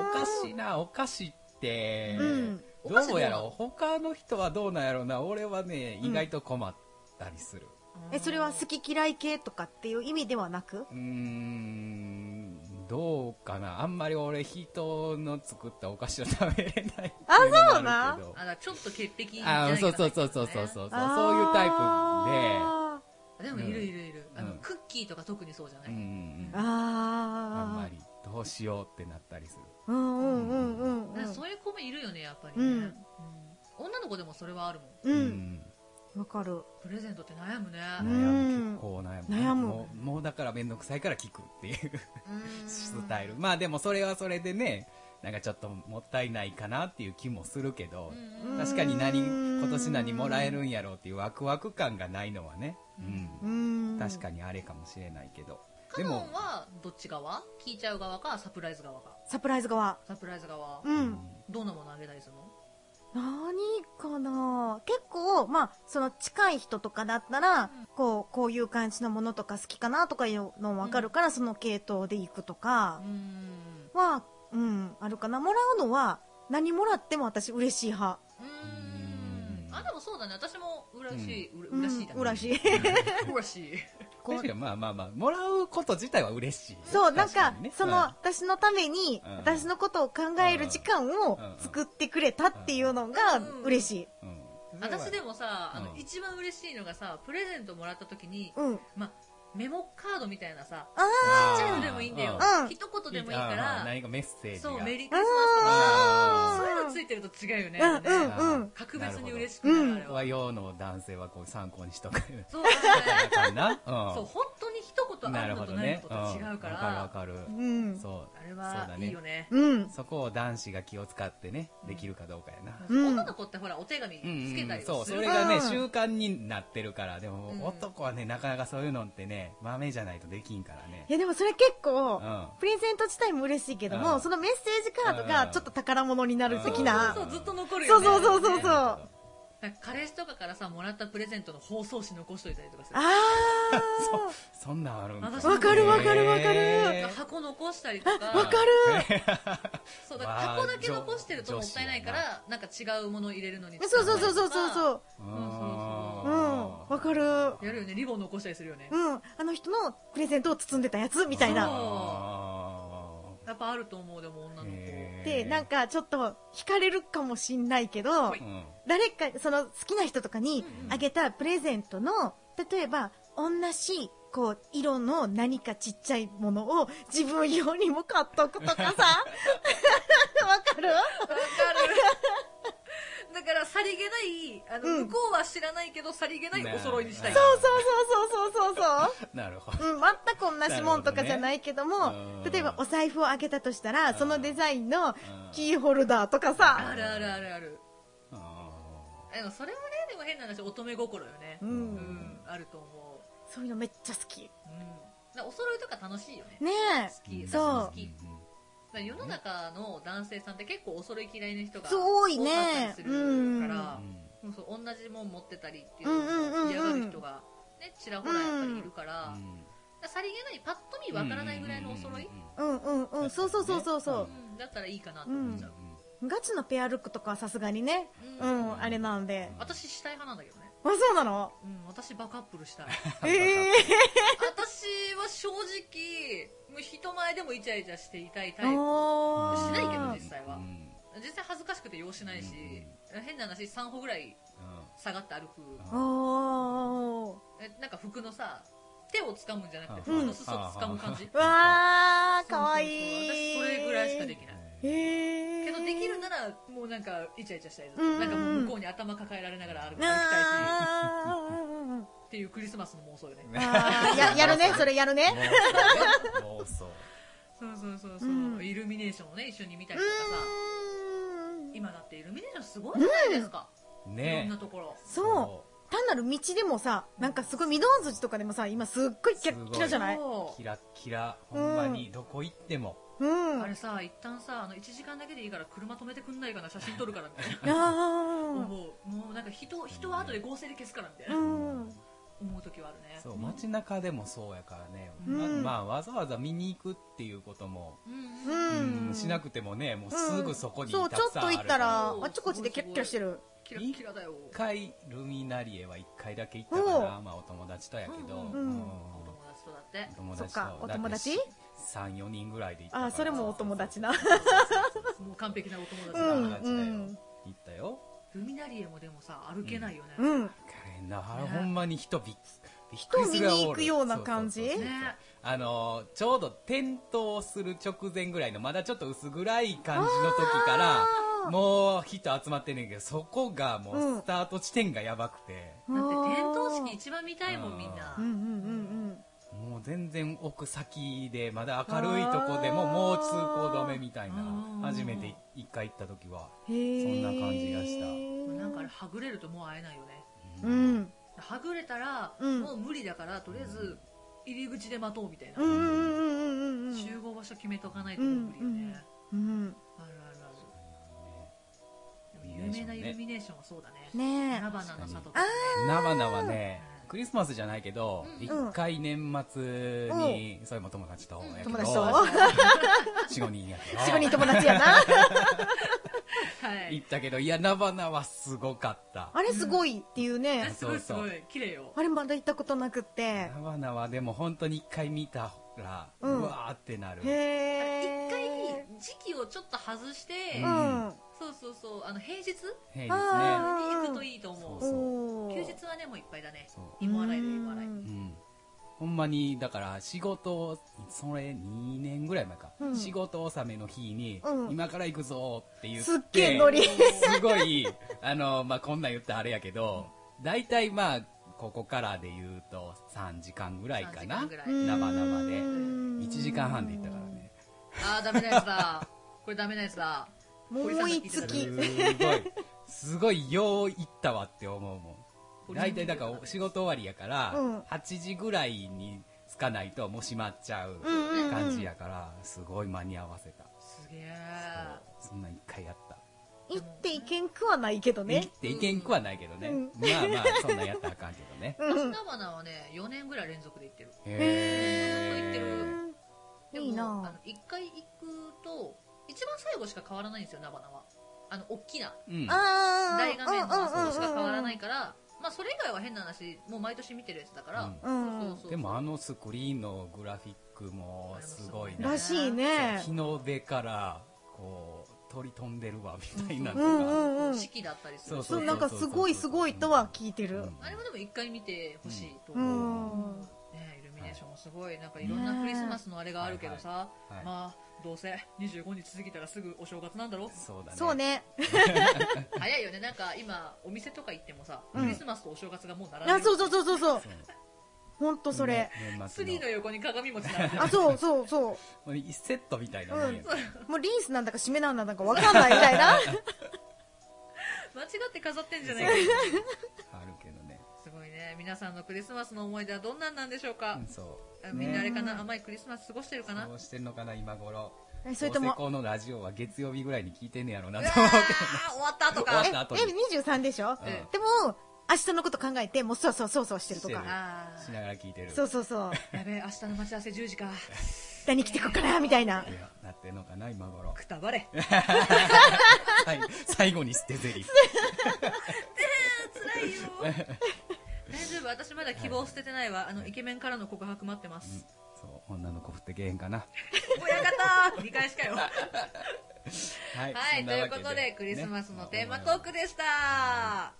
Speaker 3: ん。
Speaker 2: おかしいなお菓子って、
Speaker 3: うん
Speaker 2: どうやろう他の人はどうなんやろうな俺はね意外と困ったりする
Speaker 3: え、それは好き嫌い系とかっていう意味ではなく
Speaker 2: うーんどうかなあんまり俺人の作ったお菓子を食べれない
Speaker 3: あ
Speaker 2: っていのも
Speaker 3: そうな
Speaker 2: るけど
Speaker 1: あだからちょっと潔癖じゃ
Speaker 2: あ
Speaker 1: ない
Speaker 2: そう
Speaker 1: かな
Speaker 2: そうそうそうそうそうそう
Speaker 3: あー
Speaker 2: そういうタイ
Speaker 1: でもいるいるいる、
Speaker 2: うん
Speaker 1: あの
Speaker 2: うん
Speaker 1: クッキーとか特にそうじゃない、
Speaker 2: プでうんうんうんあん
Speaker 3: あ
Speaker 2: まりどうしようってなったりする
Speaker 3: ー。うんうんうんうんうん。
Speaker 1: だからそういう子もいるよねやっぱりね、
Speaker 3: うん
Speaker 1: うん女の子でもそれはあるも
Speaker 2: う
Speaker 1: ん
Speaker 3: う。
Speaker 2: んん
Speaker 3: うわかる。
Speaker 1: プレゼントって悩むね。
Speaker 2: 悩む
Speaker 3: うん
Speaker 2: 結構悩む
Speaker 3: 悩む
Speaker 2: もうもうだから面倒くさいから聞くっていうス
Speaker 3: うん
Speaker 2: タイルまあでもそれはそれでねなんかちょっともったいないかなっていう気もするけど、
Speaker 1: うん
Speaker 2: 確かに何
Speaker 3: うん
Speaker 2: 今年何もらえるんやろうっていうワクワク感がないのはね、
Speaker 3: う。
Speaker 2: うんん、確かにあれかもしれないけど
Speaker 1: カ
Speaker 2: で
Speaker 1: ノ
Speaker 2: も
Speaker 1: ンはどっち側聞いちゃう側かサプライズ側か。
Speaker 3: サプライズ側。
Speaker 1: サプライズ側。
Speaker 3: う。
Speaker 2: うん
Speaker 1: どんなものあげたりするの
Speaker 3: 何かな結構、まあ、その近い人とかだったら、こう、こういう感じのものとか好きかなとかいうのもわかるから、その系統で行くとか
Speaker 1: うん。
Speaker 3: は、うん、あるかな。もらうのは、何もらっても私嬉しい派。
Speaker 1: うん。あ、でもそうだね。私も嬉しい。うれ
Speaker 3: うん
Speaker 1: 嬉しいだね。
Speaker 3: 嬉しい。
Speaker 1: 嬉しい。
Speaker 3: こう
Speaker 2: 確かにまあまあまあもらうこと自体は嬉しい
Speaker 3: そう、なんか、
Speaker 2: 確にね
Speaker 3: その、私のために、
Speaker 2: うん
Speaker 3: 私のことを考える時間を
Speaker 2: うん
Speaker 3: 作ってくれたっていうのが
Speaker 1: うん
Speaker 3: 嬉しい。
Speaker 2: うんうん
Speaker 1: 私でもさ、あ
Speaker 2: う
Speaker 1: の、
Speaker 2: ん
Speaker 1: 一番嬉しいのがさ、プレゼントもらった時に、
Speaker 3: うん。
Speaker 1: ま、メモカードみたいなさ、
Speaker 3: あ
Speaker 2: ち
Speaker 1: ちっちゃいのでもいいんだよ
Speaker 3: う。ん
Speaker 1: 一言でもいいから、
Speaker 2: 何かメッセージが
Speaker 1: そう、メリークリスマスとか
Speaker 3: あ
Speaker 1: さ、
Speaker 3: ー
Speaker 1: そういうのついてると違うよね。
Speaker 3: うん
Speaker 1: あれね
Speaker 2: あー
Speaker 3: うん
Speaker 1: 格別に嬉しく
Speaker 3: う
Speaker 1: なんるあれは
Speaker 2: 和洋の男性はこう参考にしとく
Speaker 1: そうだ
Speaker 2: か
Speaker 1: ね。
Speaker 2: な、うん、
Speaker 1: [laughs] そう、本当に一言あ
Speaker 2: なる
Speaker 1: るの
Speaker 2: ほ
Speaker 1: と
Speaker 2: ど
Speaker 1: ないの
Speaker 2: ね
Speaker 1: とと違うか
Speaker 2: んわ
Speaker 1: ら、
Speaker 2: かるわか
Speaker 3: う
Speaker 2: る、
Speaker 3: ん。
Speaker 2: そう
Speaker 1: あれ
Speaker 2: そう
Speaker 1: は
Speaker 2: だ
Speaker 1: い
Speaker 2: ね
Speaker 1: いよね。
Speaker 3: うん。
Speaker 2: そこを男子が気を使ってねできるかどうかやな、
Speaker 3: うん
Speaker 1: 女の子ってほら、お手紙
Speaker 2: うん
Speaker 1: つけたり
Speaker 2: そ
Speaker 1: は
Speaker 2: う
Speaker 1: す
Speaker 2: そ
Speaker 1: る
Speaker 2: れ
Speaker 1: から
Speaker 2: が
Speaker 3: う
Speaker 2: ね
Speaker 3: ん
Speaker 2: 習慣になってるからでも、
Speaker 1: うん
Speaker 2: 男はねなかなかそういうのってねマメじゃないとできんからね
Speaker 3: いやでもそれ結構、
Speaker 2: うん
Speaker 3: プレゼント自体も嬉しいけども、
Speaker 2: うん
Speaker 3: そのメッセージカードが
Speaker 2: うん
Speaker 3: ちょっと宝物になる的
Speaker 1: そ
Speaker 3: な。
Speaker 1: う、ずっと残る
Speaker 3: そ
Speaker 1: よ
Speaker 3: う
Speaker 1: ね。
Speaker 3: そうそうそうそう。
Speaker 1: ね
Speaker 3: あ
Speaker 1: 彼氏とかからさ、もらったプレゼントの包装紙残しといたりとかする。
Speaker 3: ー。
Speaker 2: そそんなんあるんだ
Speaker 1: 私
Speaker 3: わかるわかるわかる
Speaker 2: へー
Speaker 1: 箱残したりとか、
Speaker 3: わかる
Speaker 1: そうだから
Speaker 2: わあ
Speaker 1: 箱だけ残してるともったいないから、なんか違うもの入れるのに。
Speaker 3: そうそうそうそうそう
Speaker 1: う。
Speaker 3: そう。
Speaker 2: うん
Speaker 3: うん。わかる。
Speaker 1: やるよね、リボン残したりするよね。
Speaker 3: うん。あの人のプレゼントを包んでたやつみたい
Speaker 1: そう
Speaker 3: な。
Speaker 2: あ
Speaker 1: やっぱあると思う、でも女
Speaker 2: ー
Speaker 1: の子。
Speaker 2: へー
Speaker 3: で、なんかちょっと惹かれるかもしんないけど、
Speaker 2: うん
Speaker 3: 誰か、その好きな人とかにあげたプレゼントの、例えば、同じ、こう、色の何かちっちゃいものを自分用にも買っとくとか
Speaker 2: [laughs]
Speaker 3: さ。わかる
Speaker 1: わかる。だから、さりげない、あの、
Speaker 3: うん
Speaker 1: 向こうは知らないけど、さりげないお揃いにしたい。
Speaker 2: ね
Speaker 3: そうそうそうそうそうそう
Speaker 2: なるほ
Speaker 3: そう。うん、全く同じもんとかじゃないけども、
Speaker 2: なるほどねうん
Speaker 3: 例えばお財布を開けたとしたら、そのデザインの
Speaker 2: ん
Speaker 3: キーホルダーとか
Speaker 1: あ
Speaker 3: さ。
Speaker 1: るあるあるある。
Speaker 2: どあ
Speaker 1: でも、それはね、でも変な話、乙女心よね。
Speaker 3: う。
Speaker 1: うんん、あると思
Speaker 3: そういうのめっちゃ好き。
Speaker 1: う。うん。だからお揃いとか楽しいよね。
Speaker 3: ね
Speaker 1: 好き。
Speaker 2: うん
Speaker 1: 私
Speaker 3: そう
Speaker 1: も
Speaker 2: ー
Speaker 1: 好き。だから世の中の男性さんって結構お揃い嫌いな人
Speaker 3: え。
Speaker 1: が
Speaker 3: すごい
Speaker 1: 多かったり
Speaker 3: ね
Speaker 1: す。る
Speaker 3: うん。
Speaker 1: か
Speaker 2: う
Speaker 1: ら、
Speaker 2: ん
Speaker 1: もうそう同じもん持ってたりっていうのを嫌がる人が、ね、ちらほらやっぱりいるから、だからさりげない、パッと見わからないぐらいのお揃い、
Speaker 2: うんうんうんうん
Speaker 3: うんうんうん。そうそうそうそうそう。
Speaker 1: うんだったらいいかなと思っちゃう、
Speaker 3: ガチのペアルックとかはさすがにね、う
Speaker 1: うん
Speaker 3: ん、あれなんで。あ、
Speaker 1: 私死体派なんだけどね、
Speaker 3: そう
Speaker 1: [laughs]
Speaker 3: なの
Speaker 1: うん、私バカップルしたい
Speaker 3: ええ
Speaker 1: 私は正直もう人前でもイチャイチャしていたいタイプ
Speaker 3: お
Speaker 1: しないけど
Speaker 2: うん
Speaker 1: 実際は
Speaker 2: うん
Speaker 1: 実際恥ずかしくて用しないし、変な話3歩ぐらい下がって歩く
Speaker 3: おー。
Speaker 1: えなんか服のさ手を掴むんじゃなくて
Speaker 2: うん
Speaker 1: 服の裾を掴む感じ、
Speaker 3: うわー、かわ
Speaker 1: そうそう
Speaker 3: いい。
Speaker 1: そう私それぐらいしかできない
Speaker 2: うん
Speaker 3: へー。
Speaker 1: けどできるならもうなんかイチャイチャしたいずっと
Speaker 3: うん
Speaker 1: なんかもう向こうに頭抱えられながら歩きたいし
Speaker 3: あ
Speaker 1: っていうクリスマスの妄想よ [laughs] ね
Speaker 3: ーあーや、やるね、それやるね。
Speaker 2: 妄想
Speaker 1: そうそうそうそう、
Speaker 3: うん
Speaker 1: イルミネーションをね一緒に見た
Speaker 3: う
Speaker 1: りとかさ、
Speaker 3: ーん。
Speaker 1: 今だってイルミネーションすごいじゃないですか、いろん
Speaker 2: ね
Speaker 1: なところ
Speaker 3: そう。単なる道でもさ、なんかすごい御堂筋とかでもさ、今すっごいキラッキラじゃない
Speaker 1: そ
Speaker 2: キラッキラほんまにどこ行っても
Speaker 3: うん。
Speaker 1: うあ
Speaker 3: あ
Speaker 1: れさ一旦さあの1時間だけでいいから車止めてくんないかな写真撮るからみたいな
Speaker 3: ー。。
Speaker 1: 思うもうなんか人人は後で合成で消すからみたいうなん思う時はあるね
Speaker 2: そう街中でもそうやからね
Speaker 3: うん
Speaker 2: まあわざわざ見に行くっていうことも
Speaker 1: うんうん
Speaker 3: う
Speaker 2: うん
Speaker 3: ん。
Speaker 2: しなくてもねもうすぐそこに
Speaker 3: そう、
Speaker 2: た
Speaker 3: ちょ
Speaker 2: く
Speaker 3: っ
Speaker 2: さん
Speaker 3: と
Speaker 2: ある
Speaker 3: 行ったら、
Speaker 1: そう
Speaker 3: あちこちでキラッキラしてる。
Speaker 1: キラッキラだよ
Speaker 2: 一回ルミナリエは一回だけ行ったかなまあお友達とやけど
Speaker 1: うん
Speaker 3: うん
Speaker 2: うん
Speaker 1: お友達とだって
Speaker 2: 友
Speaker 3: そ
Speaker 2: 達
Speaker 3: っ
Speaker 2: と
Speaker 3: か、お友達
Speaker 2: 34人ぐらいで行ったから
Speaker 3: あ、それもお友達な。
Speaker 1: もう完璧なお友達
Speaker 3: う
Speaker 1: だ、
Speaker 3: ん
Speaker 2: 友達だよ行ったよ
Speaker 1: ルミナリエもでもさ歩けないよね、
Speaker 3: うん。
Speaker 2: あれなほんまに人びっびっ
Speaker 3: 人
Speaker 2: く
Speaker 3: を
Speaker 2: り
Speaker 3: 見
Speaker 2: す
Speaker 3: に
Speaker 2: るぐらいお
Speaker 3: 行
Speaker 2: る
Speaker 3: くような感
Speaker 2: そ
Speaker 3: じ
Speaker 2: うそうそうそう
Speaker 1: ね
Speaker 2: あのーちょうど点灯する直前ぐらいのまだちょっと薄暗い感じの時からもう人集まってんねんけどそこがも
Speaker 3: うん
Speaker 2: うスタート地点がやばくて、
Speaker 1: だって
Speaker 3: 点
Speaker 1: 点灯式一番見たいもんみんな
Speaker 3: うんうんうん
Speaker 2: もう全然奥先でまだ明るいとこでももう通行止めみたい
Speaker 1: あー
Speaker 2: な初めて一回行った時は
Speaker 3: うんへー
Speaker 2: そんな感じがした
Speaker 1: もうなんかあれはぐれるともう会えないよね
Speaker 3: う、ん
Speaker 1: はぐれたら、
Speaker 3: うん
Speaker 1: もう無理だからとりあえず入り口で待とうみたいな、
Speaker 3: うんうんうんうんうんうん
Speaker 1: 集合場所決めとかないともう無理よね、
Speaker 3: うん
Speaker 1: あるあるあ
Speaker 2: イ
Speaker 1: るで
Speaker 2: ル
Speaker 1: も
Speaker 2: ミネー
Speaker 1: 有
Speaker 2: ションね
Speaker 1: 名なイルミネーションはそうだね
Speaker 3: ね
Speaker 1: 菜花の里とか、
Speaker 3: あ
Speaker 1: ね、
Speaker 2: ナバナはねクリスマスじゃないけど
Speaker 1: うん
Speaker 2: 一、回年末に、それも友達と
Speaker 1: うん
Speaker 2: やけど
Speaker 3: 友達とお [laughs]
Speaker 2: 45人やけど
Speaker 3: え仕事に友達やな
Speaker 1: はい
Speaker 2: 行ったけどいやナバナはすごかった
Speaker 3: あれすごいってい
Speaker 1: [laughs]
Speaker 3: う
Speaker 1: あ
Speaker 3: ね
Speaker 1: すごいす
Speaker 2: そうそ
Speaker 1: ご
Speaker 2: う
Speaker 1: い綺麗よ
Speaker 3: あれまだ行ったことなくって
Speaker 2: ナバナはでも本当に一回見たら、う
Speaker 3: うん
Speaker 2: わーってなる
Speaker 3: へえ
Speaker 1: 一回時期をちょっと外して、
Speaker 2: う
Speaker 3: うんん
Speaker 1: そうそうそうあの平日に
Speaker 2: 平日ね
Speaker 3: あ
Speaker 1: 行くといいと思う
Speaker 2: そう
Speaker 3: おー
Speaker 1: 休日はねもういっぱいだね
Speaker 2: そう
Speaker 1: 芋洗いで芋洗い
Speaker 2: うんほんまにだから仕事それ2年ぐらい前か、
Speaker 3: うん
Speaker 2: 仕事納めの日に、
Speaker 3: うん
Speaker 2: 今から行くぞって言って
Speaker 3: すっげえノリ
Speaker 2: すごいあの、まあ、こんなん言ったらあれやけど大体まあここからで言うと3時間ぐらい
Speaker 1: 3
Speaker 2: か
Speaker 1: 時
Speaker 2: な
Speaker 1: 間ぐらい
Speaker 2: 生々で
Speaker 3: うん
Speaker 2: 1時間半で行ったからね
Speaker 1: あーダメなやつだこれダメなやつだ
Speaker 3: 思い
Speaker 1: 好
Speaker 3: つ
Speaker 1: き
Speaker 3: き
Speaker 2: すごいすごいよう行ったわって思うもん大体だから仕事終わりやから、
Speaker 3: うん
Speaker 2: 8時ぐらいに着かないともう閉まっちゃう
Speaker 3: うんうんうん
Speaker 2: 感じやから、すごい間に合わせた
Speaker 1: すげえ
Speaker 2: そうそんなん一回やった
Speaker 3: 行っていけんくはないけど
Speaker 2: 行っ
Speaker 3: ね
Speaker 2: ていけんくはないけどね、
Speaker 3: うん
Speaker 2: まあまあそんなんやったらあかんけどね
Speaker 3: うん
Speaker 1: 菜花はね4年ぐらい連続で行ってる
Speaker 2: へ
Speaker 1: ずっと行っでも
Speaker 3: いい
Speaker 1: あ
Speaker 3: な
Speaker 1: の1回行くと一番最後しか変わらないんですよ菜花はあの大きな
Speaker 2: うん
Speaker 3: あー
Speaker 1: 大画面のあそこしか変わらないいからまあそれ以外は変な話もう毎年見てるやつだから、
Speaker 2: うん
Speaker 3: う
Speaker 1: そ
Speaker 3: ん
Speaker 1: うそうそう
Speaker 2: でもあのスクリーンのグラフィックもすごい
Speaker 1: あれ
Speaker 2: な
Speaker 3: ら
Speaker 1: も
Speaker 3: しいね
Speaker 2: 日の出からこう鳥飛んでるわみたいなの
Speaker 3: う
Speaker 2: が、
Speaker 3: んうんうん
Speaker 1: 四季だったりす
Speaker 2: そ
Speaker 1: る
Speaker 2: う
Speaker 1: し
Speaker 3: そうなんかすごいすごいとは聞いてる
Speaker 2: うん
Speaker 1: あれもでも一回見てほしいと
Speaker 3: う
Speaker 1: 思う、
Speaker 3: ん
Speaker 1: ね、イルミネーションもすごいなんかいろんなクリスマスのあれがあるけどさ、
Speaker 2: うんはい
Speaker 1: まあどうせ25日過ぎたらすぐお正月なんだろ
Speaker 2: そうだね
Speaker 3: そうね
Speaker 1: 早いよねなんか今お店とか行ってもさ、
Speaker 3: うん
Speaker 1: クリスマスとお正月がもう並んで
Speaker 3: あ
Speaker 1: る
Speaker 3: そうそうそうそうそう
Speaker 2: そう
Speaker 3: ほんとそれ
Speaker 2: 年末の
Speaker 1: ツリーの横に鏡餅並んで [laughs] る
Speaker 3: あそうそうそう
Speaker 2: もう一セットみたいなもんや、
Speaker 3: もうリースなんだか締めなんだかわかんないみたいな
Speaker 1: 間違って飾ってんじゃないか
Speaker 2: あるけどね、
Speaker 1: すごいね皆さんのクリスマスの思い出はどんなんなんでしょうか
Speaker 2: うん、そう、
Speaker 1: あみんなあれかな、
Speaker 3: ね
Speaker 1: 甘いクリスマス過ごしてるかな
Speaker 2: どうしてんのかな今頃
Speaker 3: えそれと
Speaker 2: どうせ
Speaker 3: も
Speaker 2: このラジオは月曜日ぐらいに聞いてんねやろうな
Speaker 1: う
Speaker 2: と
Speaker 1: わー
Speaker 2: 思って
Speaker 1: 終わったと
Speaker 2: 終わっ
Speaker 1: か
Speaker 3: え
Speaker 2: た後に
Speaker 3: え23でしょ
Speaker 2: うん
Speaker 3: でも明日のこと考えてもうそうそうそうそうしてると
Speaker 2: してる
Speaker 3: か
Speaker 1: あ
Speaker 2: しながら聞いてる
Speaker 3: そうそうそう
Speaker 1: ーやべえ明日の待ち合わせ10時か
Speaker 3: 何着てこっからみたいない
Speaker 2: やなってんのかな今頃
Speaker 1: くた
Speaker 2: [laughs]
Speaker 1: ばれ
Speaker 2: 最後最後に捨てゼ
Speaker 3: [laughs]
Speaker 2: リフ
Speaker 1: 辛いよ大丈夫私まだ希望捨ててないわあのイケメンからの告白待ってます
Speaker 2: そう女の子振ってけえへんかな
Speaker 1: 親方2回しかよは
Speaker 2: はい、
Speaker 1: いということでクリスマスのテーマトーク
Speaker 2: で
Speaker 1: でした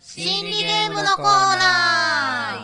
Speaker 3: 心理ゲームのコー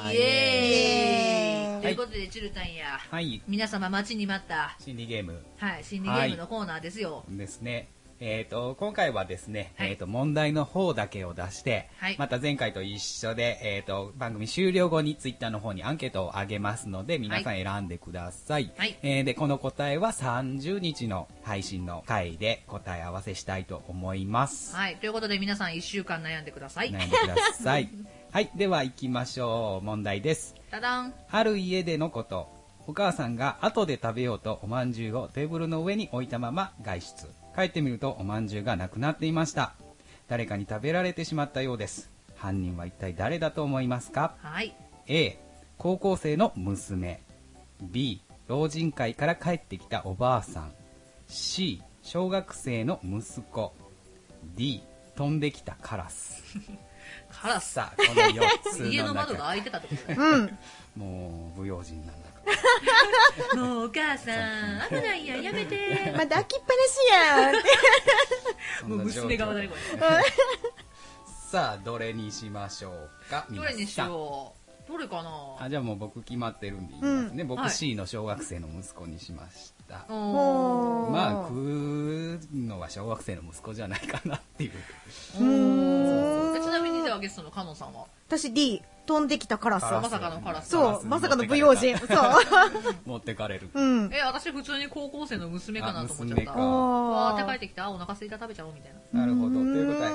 Speaker 3: ナ
Speaker 1: イエーイ
Speaker 2: イ
Speaker 1: ということでチュルタンや
Speaker 2: はい
Speaker 1: 皆様待ちに待った
Speaker 2: 心理ゲーム
Speaker 1: はい心理ゲームのコーナーですよ
Speaker 2: ですね。えー、と今回はですね、
Speaker 1: は
Speaker 2: え
Speaker 1: い
Speaker 2: ー、と問題の方だけを出して、
Speaker 1: はい
Speaker 2: また前回と一緒で、えー、と番組終了後にツイッターの方にアンケートをあげますので皆さん選んでください、
Speaker 1: はい
Speaker 2: えーでこの答えは30日の配信の回で答え合わせしたいと思います、
Speaker 1: はいということで皆さん1週間悩んでください
Speaker 2: 悩んでくださいはいでは行きましょう問題です
Speaker 1: ただん
Speaker 2: ある家でのことお母さんが後で食べようとおまんじゅうをテーブルの上に置いたまま外出帰ってみるとおまんじゅうがなくなっていました誰かに食べられてしまったようです犯人は一体誰だと思いますか
Speaker 1: はい
Speaker 2: A 高校生の娘 B 老人会から帰ってきたおばあさん C 小学生の息子 D 飛んできたカラス
Speaker 1: カラス
Speaker 2: さあこの4つの中
Speaker 1: [laughs] 家の窓が開いてたってことだよ
Speaker 2: もう不用心なんだから
Speaker 1: [laughs] もうお母さん危ないやんやめ [laughs] て
Speaker 3: まだ開きっぱなしやんって
Speaker 2: そん
Speaker 1: もう
Speaker 2: な状況
Speaker 1: 娘側だねこれ
Speaker 2: さあどれにしましょうか
Speaker 1: どれにし
Speaker 2: 皆さん
Speaker 1: ようどれかな
Speaker 2: あじゃあもう僕決まってるんで言いますね、
Speaker 1: は
Speaker 2: 僕
Speaker 1: い
Speaker 2: C の小学生の息子にしました、
Speaker 1: おー
Speaker 2: まあ食うのは小学生の息子じゃないかなっていう
Speaker 1: おー
Speaker 3: うーん
Speaker 1: でちなみにではゲストのカノンさんは
Speaker 3: 私 D 飛んできたカラス
Speaker 2: カラス
Speaker 1: まさかのカラス
Speaker 3: そうまさかの不用心そう
Speaker 2: 持ってかれる、 [laughs]
Speaker 3: うん
Speaker 1: え私普通に高校生の娘かなと思っち
Speaker 2: あ
Speaker 1: ゃっ
Speaker 2: 娘
Speaker 1: た
Speaker 2: か
Speaker 1: わー
Speaker 3: あ
Speaker 1: って帰っ
Speaker 3: ー
Speaker 1: てきてあお腹すいた食べちゃおうみたいな
Speaker 2: なるほどと
Speaker 3: うん
Speaker 2: いうことは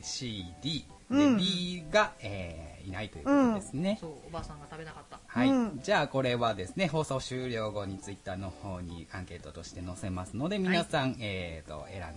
Speaker 2: ACD で、
Speaker 3: うん
Speaker 2: B が、えーいないということですね、
Speaker 1: そうおばあさんが食べなかった
Speaker 2: はい、
Speaker 3: うん
Speaker 2: じゃあこれはですね放送終了後にツイッターの方にアンケートとして載せますので皆さん、えー、と選んだ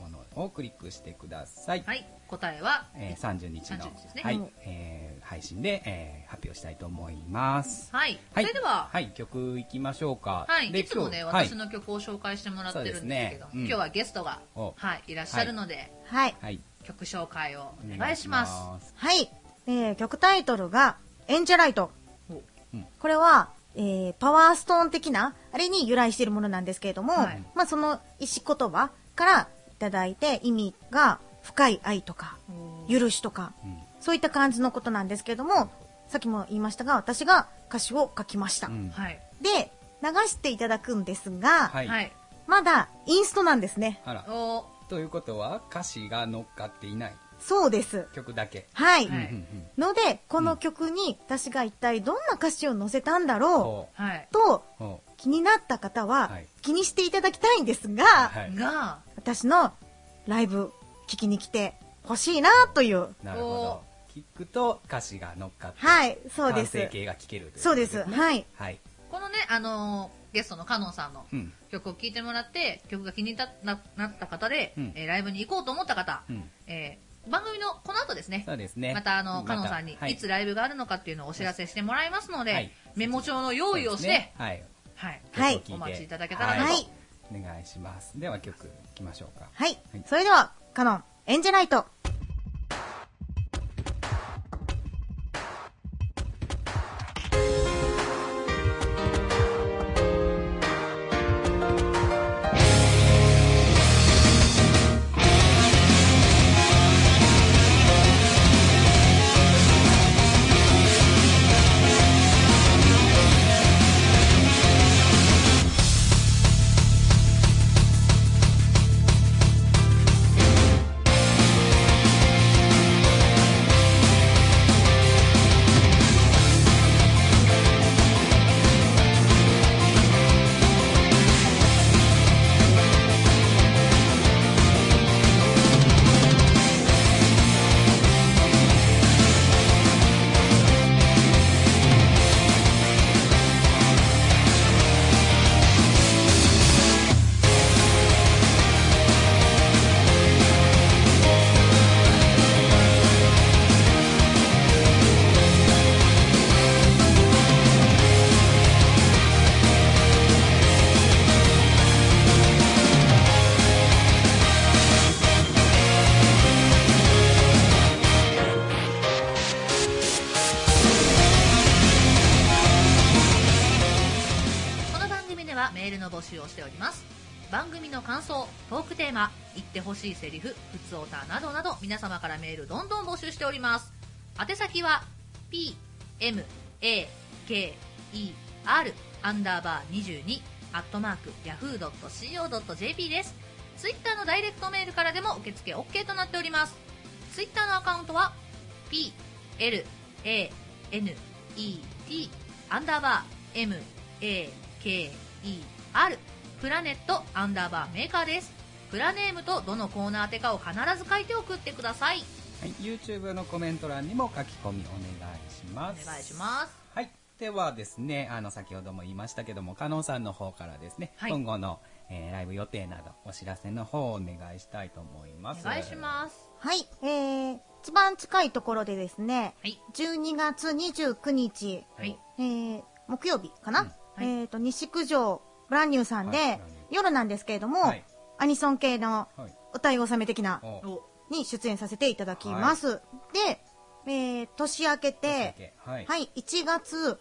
Speaker 2: ものをクリックしてください、
Speaker 1: はい答えは
Speaker 2: えー30日の
Speaker 1: 30日ですね
Speaker 2: は
Speaker 1: う
Speaker 2: い
Speaker 1: ん
Speaker 2: えー配信で、えー発表したいと思います、
Speaker 1: はいそれでは
Speaker 2: はい、曲いきましょうか
Speaker 1: はい、
Speaker 2: で
Speaker 1: いつもね、
Speaker 2: 今日はい
Speaker 1: 私の曲を紹介してもらってるんですけども、
Speaker 2: そうですねうん
Speaker 1: 今日はゲストが、
Speaker 2: お
Speaker 1: はい、いらっしゃるので、
Speaker 3: はい
Speaker 2: はい、
Speaker 1: 曲紹介をお願いします。
Speaker 2: す
Speaker 3: はい、えー、曲タイトルが「エンジェライト」
Speaker 1: お
Speaker 3: これは、えー、パワーストーン的な、あれに由来しているものなんですけれども、
Speaker 1: はい
Speaker 3: まあその石言葉からいただいて意味が深い愛とか、許しとか、
Speaker 2: うん
Speaker 3: そういった感じのことなんですけれども、さっきも言いましたが、私が歌詞を書きました。
Speaker 2: うん
Speaker 1: はい、
Speaker 3: で、流していただくんですが、
Speaker 2: はい、
Speaker 1: はい、
Speaker 3: まだインストなんですね。
Speaker 2: あら
Speaker 1: お
Speaker 2: ということは歌詞が乗っかっていない
Speaker 3: そうです。
Speaker 2: 曲だけ、
Speaker 3: はい。
Speaker 1: は
Speaker 2: う
Speaker 1: い
Speaker 2: んうん
Speaker 3: ので、この曲に私が一体どんな歌詞を載せたんだ
Speaker 2: うん
Speaker 3: ろ
Speaker 2: ほ
Speaker 1: ーはい、
Speaker 3: う、と、
Speaker 2: うほ
Speaker 3: 気になった方は
Speaker 2: はい
Speaker 3: 気にしていただきたいんですが、
Speaker 2: うはい
Speaker 1: が、
Speaker 3: 私のライブ聞きに来てほしいなという。
Speaker 2: なるほど聞くと歌詞が乗っかって
Speaker 3: はい、そうです
Speaker 2: 完成。形が聞けるとい
Speaker 3: そうです。はい。
Speaker 2: はい、
Speaker 1: このね、あのーゲストのカノンさんの
Speaker 2: うん
Speaker 1: 曲を聴いてもらって、曲が気になななった方で、
Speaker 2: うん
Speaker 1: えーライブに行こうと思った方、
Speaker 2: うん、
Speaker 1: えー番組のこの後ですね
Speaker 2: そ、うですね
Speaker 1: またあの、カノンさんに
Speaker 2: はい
Speaker 1: つライブがあるのかっていうのをお知らせしてもらいますので、
Speaker 2: はい
Speaker 1: メモ帳の用意を
Speaker 2: そうで
Speaker 1: して、
Speaker 2: すねはい
Speaker 1: はい、
Speaker 3: は
Speaker 2: 曲を
Speaker 3: い
Speaker 2: 聴て
Speaker 1: お待ちいただけたらな
Speaker 3: は
Speaker 1: と
Speaker 3: い。
Speaker 2: お願いしますでは曲いきましょうか
Speaker 3: はい
Speaker 2: はい。
Speaker 3: それでは、カノン、エンジェライト。
Speaker 1: この番組ではメールの募集をしております番組の感想トークテーマ言ってほしいセリフ普通オタなどなど皆様からメールどんどん募集しております宛先は p m a k e r アンダーバー22アットマーク yahoo.co.jp ですツイッターのダイレクトメールからでも受付 OK となっておりますツイッターのアカウントは p l a n e t アンダーバー m a k e r プラネットアンダーバーメーカーですプラネームとどのコーナー宛てかを必ず書いて送ってください
Speaker 2: はい、YouTube のコメント欄にも書き込みお願いしま
Speaker 1: お
Speaker 2: す
Speaker 1: 願いします
Speaker 2: はいではですねあの先ほども言いましたけどもカノンさんの方からですね、
Speaker 1: はい
Speaker 2: 今後の、えーライブ予定などお知らせの方をお願いしたいと思います
Speaker 1: お願いします
Speaker 3: はい。えー、一番近いところでですね、
Speaker 1: はい
Speaker 3: 12月29日、
Speaker 1: はい
Speaker 3: えー、木曜日かな、
Speaker 1: うんはい
Speaker 3: えっ、と、西九条ブランニューさんで、
Speaker 2: はい
Speaker 3: 夜なんですけれども、
Speaker 2: はい
Speaker 3: アニソン系の
Speaker 2: はい
Speaker 3: 歌い納め的な
Speaker 2: お
Speaker 1: お
Speaker 3: に出演させていただきます。で、えー、年明け、
Speaker 2: 申して訳はい、
Speaker 3: はい、1月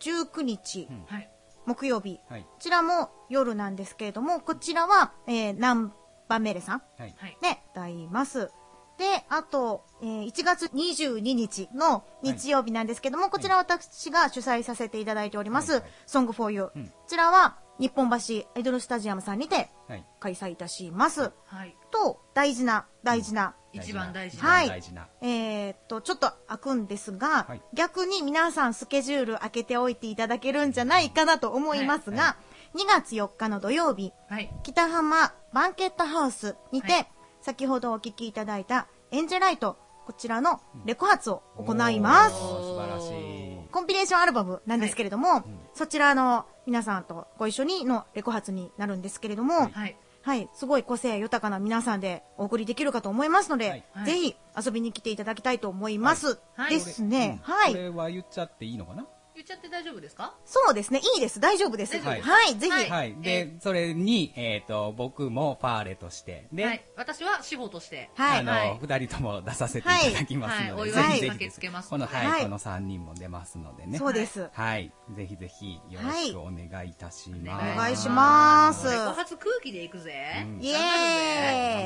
Speaker 3: 19日、
Speaker 2: うん
Speaker 1: はい
Speaker 3: 木曜日、こ
Speaker 2: はい
Speaker 3: ちらも夜なんですけれども、こちらは、えー、ナンバメレさん
Speaker 2: はい
Speaker 1: はい
Speaker 3: で歌います。で、あと、えー1月22日の日曜日なんですけども、こちら私が主催させていただいております、
Speaker 2: はいはい
Speaker 3: Song for You。
Speaker 2: うん
Speaker 3: こちらは、日本橋アイドルスタジアムさんにて
Speaker 2: はい。
Speaker 3: 開催いたします。
Speaker 1: はい。
Speaker 3: と、大事な、大事な、
Speaker 1: 一番大事
Speaker 2: 一
Speaker 1: な。
Speaker 3: はい
Speaker 2: 番大事な。
Speaker 3: えーっと、ちょっと開くんですが、
Speaker 2: はい
Speaker 3: 逆に皆さんスケジュール開けておいていただけるんじゃないかなと思いますが、
Speaker 2: は
Speaker 3: 2月4日の土曜日、
Speaker 1: はい。
Speaker 3: 北浜バンケットハウスにて、
Speaker 1: はい
Speaker 3: 先ほどお聞きいただいたエンジェライト、こちらのレコ発を行います。
Speaker 2: おー素晴らしい。
Speaker 3: コンピレーションアルバムなんですけれども、
Speaker 2: ん
Speaker 3: そちらの皆さんとご一緒にのレコ発になるんですけれども、はい、
Speaker 1: はい。
Speaker 3: すごい個性豊かな皆さんでお送りできるかと思いますので、
Speaker 2: はい
Speaker 1: はい
Speaker 3: ぜひ遊びに来ていただきたいと思います。
Speaker 1: はい
Speaker 3: ですね。
Speaker 2: うん
Speaker 3: はい、
Speaker 2: これは言っちゃっていいのかな
Speaker 1: 言っちゃって大丈夫ですか
Speaker 3: そうですね。いいです。大丈夫です。は、
Speaker 2: はいい
Speaker 3: ぜひ、
Speaker 1: はい
Speaker 2: はい。で、それに、えっと、僕もファーレとして、
Speaker 1: は
Speaker 2: で
Speaker 1: い、。私は志保として。
Speaker 3: はい
Speaker 2: あ
Speaker 1: はい
Speaker 2: の、二人とも出させていただきますの
Speaker 1: はい
Speaker 2: で、
Speaker 1: はい
Speaker 3: お祝
Speaker 2: ぜひぜひ
Speaker 3: い
Speaker 1: 駆
Speaker 2: で
Speaker 1: けつ
Speaker 2: す
Speaker 1: けます
Speaker 2: この、
Speaker 3: は
Speaker 2: はいい、この三人も出ますのでね。
Speaker 3: そうです。
Speaker 2: はい。ぜひぜひ、よろしくお願いいたします。
Speaker 3: お願いします
Speaker 1: レコ発空気でいくぜ。
Speaker 2: うん
Speaker 3: イエ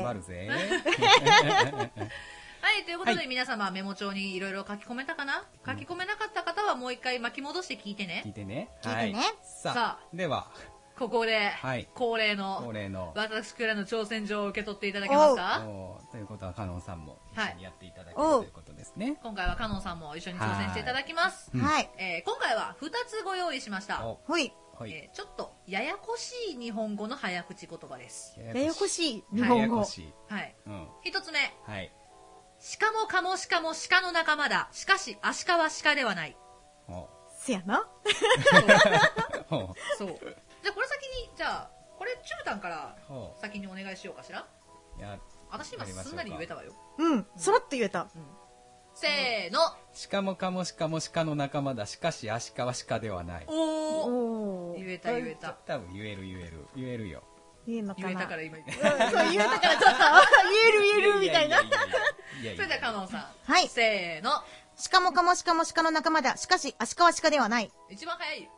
Speaker 1: 頑張るぜ
Speaker 3: ーイ
Speaker 2: 頑張る
Speaker 3: [laughs]
Speaker 2: ぜ。
Speaker 1: はい、ということ
Speaker 2: は
Speaker 1: で皆様メモ帳にいろいろ書き込めたかな書き込めなかった方はもう一回巻き戻して聞いて
Speaker 2: 聞い
Speaker 1: ね。
Speaker 2: てね。
Speaker 3: 聞いてね
Speaker 1: さ
Speaker 2: さあ、
Speaker 1: あ
Speaker 2: では、
Speaker 1: ここで
Speaker 2: はい、
Speaker 1: 恒例
Speaker 2: 恒
Speaker 1: の、
Speaker 2: 例の、
Speaker 1: 私からの挑戦状を受け取っていただけますか
Speaker 2: おーということは、カノンさんも一緒にやっていただける
Speaker 3: はい
Speaker 2: ということですね。
Speaker 1: 今回はカノンさんも一緒に挑戦していただきます。
Speaker 2: うん
Speaker 3: はい。
Speaker 1: えー今回は2つご用意しました。
Speaker 2: お、
Speaker 3: ほい。
Speaker 2: はい。
Speaker 1: えーちょっとややこしい日本語の早口言葉です。
Speaker 2: や
Speaker 3: ややこ
Speaker 2: い。
Speaker 3: しい日本
Speaker 2: やや
Speaker 3: 語
Speaker 2: こ。しい。
Speaker 1: はい。
Speaker 2: うん。
Speaker 1: 一つ目、
Speaker 2: はい。
Speaker 1: 鹿もカも鹿も鹿の仲間だ。しかし、アシカは鹿ではない。
Speaker 2: お
Speaker 3: せやな。
Speaker 2: [laughs] お
Speaker 1: そう。じゃあこれ先に、じゃあ、これチュータンから
Speaker 2: お
Speaker 1: 先にお願いしようかしら。
Speaker 2: いや、
Speaker 1: 私今
Speaker 2: やりましょう
Speaker 1: す
Speaker 2: んか
Speaker 1: なり言えたわよ。
Speaker 3: うん。そらっと言えた。
Speaker 1: せーの。
Speaker 2: しかもかもしかも鹿の仲間だ。しかし、アシカは鹿ではない。
Speaker 1: おお。
Speaker 3: お
Speaker 1: 言
Speaker 3: ー。
Speaker 1: えた言えた。
Speaker 2: 多分言える言える。言えるよ。
Speaker 3: 言えんのかな。
Speaker 1: 言えたから今言っ
Speaker 3: うん
Speaker 1: た。
Speaker 3: そう言えたからちょっと、言える言えるみたいな。
Speaker 2: ややいやいやいやいやいや
Speaker 1: それではカノンさん。
Speaker 3: はい。
Speaker 1: せーの。
Speaker 3: しかもかもしかも鹿の仲間だ。しかし、アシカは鹿ではない。
Speaker 1: 一番早いよ。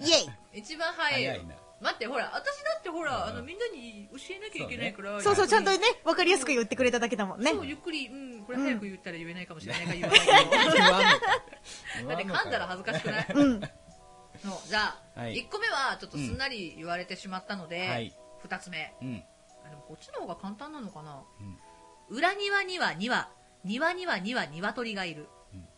Speaker 3: イエイ。
Speaker 1: 一番早いよ
Speaker 2: 早いな。
Speaker 1: 待って、ほら、私だってほら、
Speaker 2: うん
Speaker 1: あの、みんなに教えなきゃいけないから。
Speaker 3: そうそう、ちゃんと
Speaker 1: ゆっ
Speaker 3: ね、わかりやすく言ってくれただけだもん
Speaker 1: くり
Speaker 3: ね。
Speaker 1: そう、ゆっくり、うん、これ早く言ったら言えないかもしれないから言わない
Speaker 2: [laughs]
Speaker 1: けど。
Speaker 2: 言わんのかよ
Speaker 1: [laughs] だって噛んだら恥ずかしくない
Speaker 3: うん。
Speaker 1: のじゃあ、
Speaker 2: はい
Speaker 1: 1個目はちょっとすんなり言われてしまったので、
Speaker 2: はい
Speaker 1: 2つ目
Speaker 2: うん。
Speaker 1: あでもこっちの方が簡単なのかな、裏庭には2羽庭には2羽鶏がいる、
Speaker 2: うん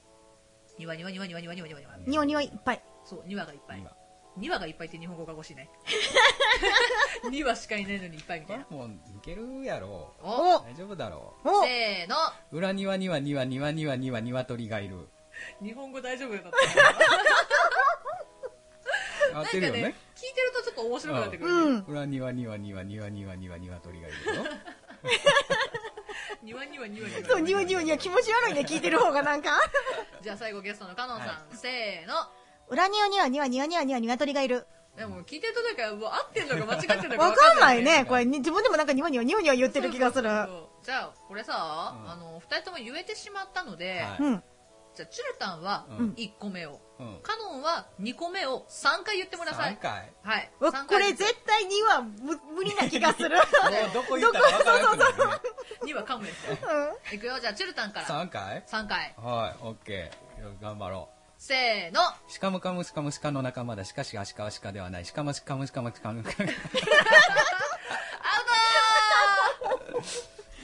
Speaker 1: 庭には2羽2羽2羽2羽2羽2羽
Speaker 3: におにおいいっぱい。
Speaker 1: そう2羽がいっぱい
Speaker 2: 今
Speaker 1: 2羽がいっぱいって日本語がおかしいね2羽しかいないのにいっぱいみ
Speaker 2: こ
Speaker 1: たい
Speaker 2: れ
Speaker 1: な
Speaker 2: もういけるやろ
Speaker 1: お
Speaker 2: 大丈夫だろ
Speaker 3: おお
Speaker 1: せーの
Speaker 2: う裏庭には庭庭庭庭鶏がいる
Speaker 1: 日本語大丈夫だった
Speaker 2: 合
Speaker 1: なん
Speaker 2: っ
Speaker 1: か
Speaker 2: てる
Speaker 1: ね
Speaker 2: よね
Speaker 1: 聞いてるとちょっと面白くなってくる、
Speaker 3: うん。
Speaker 2: 裏庭庭庭庭庭庭鶏がいるよ
Speaker 1: 庭には2羽2羽
Speaker 3: そう、におにおにお気持ち悪いね、聞いてる方がなんか。
Speaker 1: じゃあ最後ゲストのカノンさん、
Speaker 2: は
Speaker 1: せーの
Speaker 3: 裏におにおにおにおにおにおにわとりがいる。
Speaker 1: でも聞いてるとなんかもう合ってんのか間違ってんのか
Speaker 3: わかんない
Speaker 1: 分
Speaker 3: ね。これ、に自分でもなんかにおにおにおにお言ってる気がする。
Speaker 1: そうそうそうそうじゃあこれさ、
Speaker 2: うん
Speaker 1: あの2人とも言えてしまったので、
Speaker 2: は
Speaker 3: う
Speaker 2: い
Speaker 3: ん。
Speaker 1: じゃあチュルタンは
Speaker 2: うん
Speaker 1: 1個目を、
Speaker 2: うん
Speaker 1: カノンは2個目を3回言ってもらさい
Speaker 2: 3回
Speaker 1: はい
Speaker 3: わ
Speaker 1: 三
Speaker 3: こ
Speaker 1: 回
Speaker 3: れ絶対には無無理な気がする。
Speaker 2: もうどこ行ったか分からなくなるね
Speaker 1: 2はカムですよ
Speaker 3: う
Speaker 1: いくよじゃあチュルタンから
Speaker 2: 3回
Speaker 1: 3回
Speaker 2: はいオッケー頑張ろう
Speaker 1: せーの
Speaker 2: しかもかもしかも鹿の仲間だしかしアシカは鹿ではないしかもしかもしかもしかも
Speaker 1: アウ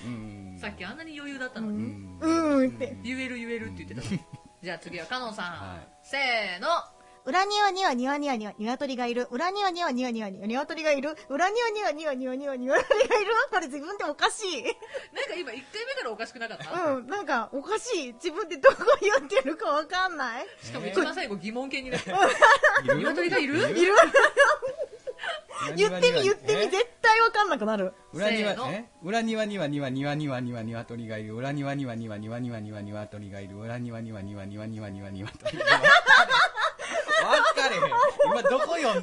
Speaker 2: うん
Speaker 1: トさっきあんなに余裕だったのに、
Speaker 2: うん
Speaker 3: ん。うんって。
Speaker 1: 言える言えるって言ってた、じゃあ次はカノンさん、
Speaker 2: はい
Speaker 1: せーの
Speaker 3: 裏にはにはにはにはにはにわとりがいる。裏にはにはにはにはにはにわとりがいる。裏にはにはにはにはにはにわとりがいる。これ自分でおかしい。
Speaker 1: なんか今1回目からおかしくなかった、
Speaker 3: うん、なんかおかしい。自分でどこ言ってるかわかんない。
Speaker 1: しかも一番最後疑問形になってる
Speaker 2: いる
Speaker 1: 鶏がいる
Speaker 3: いる言ってみ言ってみ、絶対わかんなくなる。
Speaker 2: 裏
Speaker 1: せーの
Speaker 2: 庭え裏庭には庭庭庭庭庭鳥がいる裏庭には庭庭庭庭庭鳥がいる裏庭には庭庭庭庭庭鳥がいる分かれへん今どこ読ん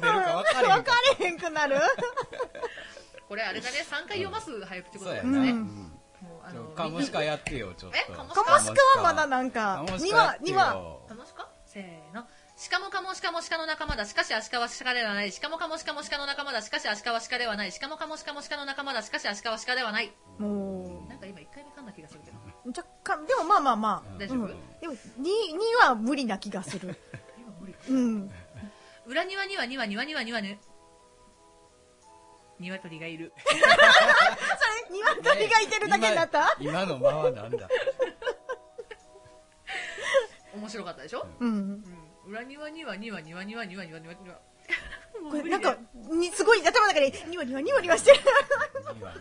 Speaker 2: でるか分かれへん
Speaker 3: わかれへんくなる。
Speaker 1: これあれだね3回読ます早口言
Speaker 2: そう
Speaker 1: 葉
Speaker 2: や
Speaker 1: です
Speaker 2: な、
Speaker 1: ね、
Speaker 2: うん
Speaker 1: もうあ
Speaker 2: ちょ
Speaker 1: の
Speaker 2: カモシカやってよちょっ
Speaker 1: え
Speaker 2: と
Speaker 1: カモシ
Speaker 3: カ
Speaker 1: カ
Speaker 3: モシカはまだなん
Speaker 2: カ
Speaker 3: か
Speaker 2: モ、シ
Speaker 3: に
Speaker 2: カや
Speaker 3: は
Speaker 2: っ、て
Speaker 3: に
Speaker 2: よ
Speaker 3: は、
Speaker 1: カモシカせーの。シカもカモシカもシカの仲間だ。しかしアシカはシカではない。シカもカモシカもシカの仲間だ。しかしアシカはシカではない。シカもカモシカもシカの仲間だ。しかしアシカはシカではない。
Speaker 3: も
Speaker 1: なんか今一回目噛んだ気がするけど。
Speaker 3: かでもまあまあまあ、
Speaker 1: 大
Speaker 3: う
Speaker 1: 丈
Speaker 3: ん、
Speaker 1: 夫
Speaker 3: でも 2, は無理な気がするうん
Speaker 1: 裏庭には庭庭庭庭ね鶏がいる
Speaker 3: それ鶏がいてるだけになった、
Speaker 2: 今今の間はなんだ
Speaker 1: 面白かったでしょ、
Speaker 3: うん
Speaker 1: うん、裏庭には庭庭庭庭庭庭庭もう
Speaker 3: これ
Speaker 1: 無理
Speaker 3: なん
Speaker 1: だよ
Speaker 3: かにすごい頭の中でニワニワニワニワしてる
Speaker 2: にわにわして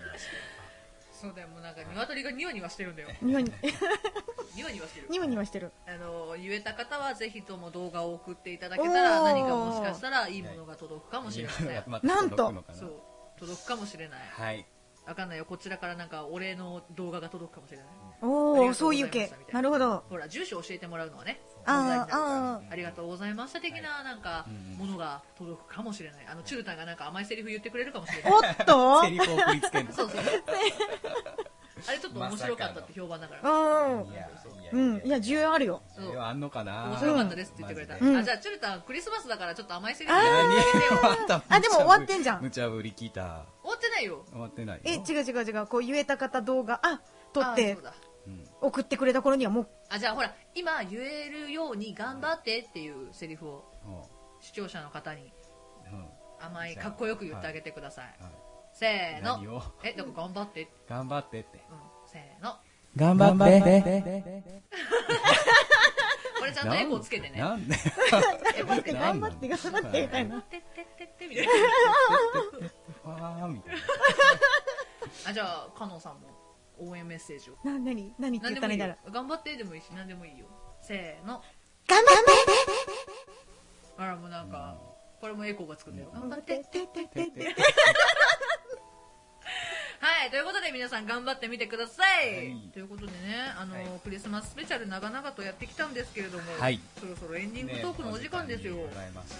Speaker 1: そうだよもうなんか鶏がニワニワしてるんだよ
Speaker 3: ニワニ
Speaker 1: ニワニワしてる
Speaker 3: ニワニワしてる
Speaker 1: あの言えた方はぜひとも動画を送っていただけたら
Speaker 3: おー
Speaker 1: 何かもしかしたらいいものが届くかもしれません、
Speaker 2: 今のがまた
Speaker 3: なんと
Speaker 2: 届くのかな
Speaker 1: そう届くかもしれない
Speaker 2: はい
Speaker 1: わかんないよこちらからなんかお礼の動画が届くかもしれないあ
Speaker 3: お
Speaker 1: り
Speaker 3: お
Speaker 1: がとう
Speaker 3: そ
Speaker 1: ご
Speaker 3: う
Speaker 1: ざい
Speaker 3: い
Speaker 1: ま
Speaker 3: う
Speaker 1: した
Speaker 3: 系
Speaker 1: みたいな
Speaker 3: なるほど
Speaker 1: ほら住所教えてもらうのはね問題にな
Speaker 3: あ
Speaker 1: るから
Speaker 3: あ
Speaker 1: ありがとうございました的ななんか
Speaker 2: うん
Speaker 1: ものが届くかもしれないあのチュータンがなんか甘いセリフ言ってくれるかもしれ
Speaker 3: あ
Speaker 1: な
Speaker 3: ー
Speaker 1: い
Speaker 3: おっと
Speaker 2: セリフを送りつける
Speaker 1: そうそう
Speaker 2: [laughs]
Speaker 1: あれちょっと面白かったって評判だから
Speaker 3: うん
Speaker 2: いや
Speaker 3: うんいや需要あるよ
Speaker 1: そう
Speaker 2: 需要あんのかな
Speaker 1: 面白かったですって言ってくれた、
Speaker 2: マジ
Speaker 3: う
Speaker 2: で
Speaker 3: ん
Speaker 1: あじゃあチュルタンクリスマスだからちょっと甘いセリフ
Speaker 3: あー
Speaker 1: 言ってあげてよ
Speaker 2: 何よ
Speaker 3: あでも終わってんじゃん
Speaker 2: 無茶ぶり聞いた
Speaker 1: 終わってないよ
Speaker 2: 終わってないよ
Speaker 3: え違う違う違うこう言えた方動画あ撮っ
Speaker 1: あ
Speaker 3: て
Speaker 1: そうだ
Speaker 2: うん
Speaker 3: 送ってくれた頃にはもう
Speaker 1: あじゃあほら今言えるように頑張ってっていうセリフを
Speaker 2: うん
Speaker 1: 視聴者の方に
Speaker 2: うん
Speaker 1: 甘い
Speaker 2: じゃあ
Speaker 1: かっこよく言ってあげてください、
Speaker 2: はい
Speaker 1: せー
Speaker 2: 何
Speaker 1: の
Speaker 2: を
Speaker 1: えだから頑張って、
Speaker 2: 頑張ってって
Speaker 1: うん、せーの
Speaker 2: 頑張って
Speaker 1: これちゃんとエコーつけてね
Speaker 2: な
Speaker 1: 頑
Speaker 2: んで
Speaker 3: 頑張って頑張って頑張ってみたい
Speaker 1: 張
Speaker 3: な
Speaker 1: ってってってってみたいな
Speaker 2: わーみたいな
Speaker 1: あじゃあカノンさんも応援メッセージを
Speaker 3: な何何って
Speaker 1: 何で
Speaker 3: 言った
Speaker 1: も
Speaker 3: ら
Speaker 1: い
Speaker 3: いい
Speaker 1: い
Speaker 3: んだ
Speaker 1: よ
Speaker 3: ろう
Speaker 1: 頑張ってでもいいし何でもいいよせーの
Speaker 3: 頑張って
Speaker 1: あらもうなんか、これもエコーがつくんだよ、頑張って
Speaker 3: てててて
Speaker 1: はい、ということで皆さん頑張ってみてください。
Speaker 2: はい
Speaker 1: ということでね、あの、
Speaker 2: はい
Speaker 1: クリスマススペシャル長々とやってきたんですけれども、
Speaker 2: はい
Speaker 1: そろそろエンディングトークのお時間ですよ。
Speaker 2: ねお時間にございました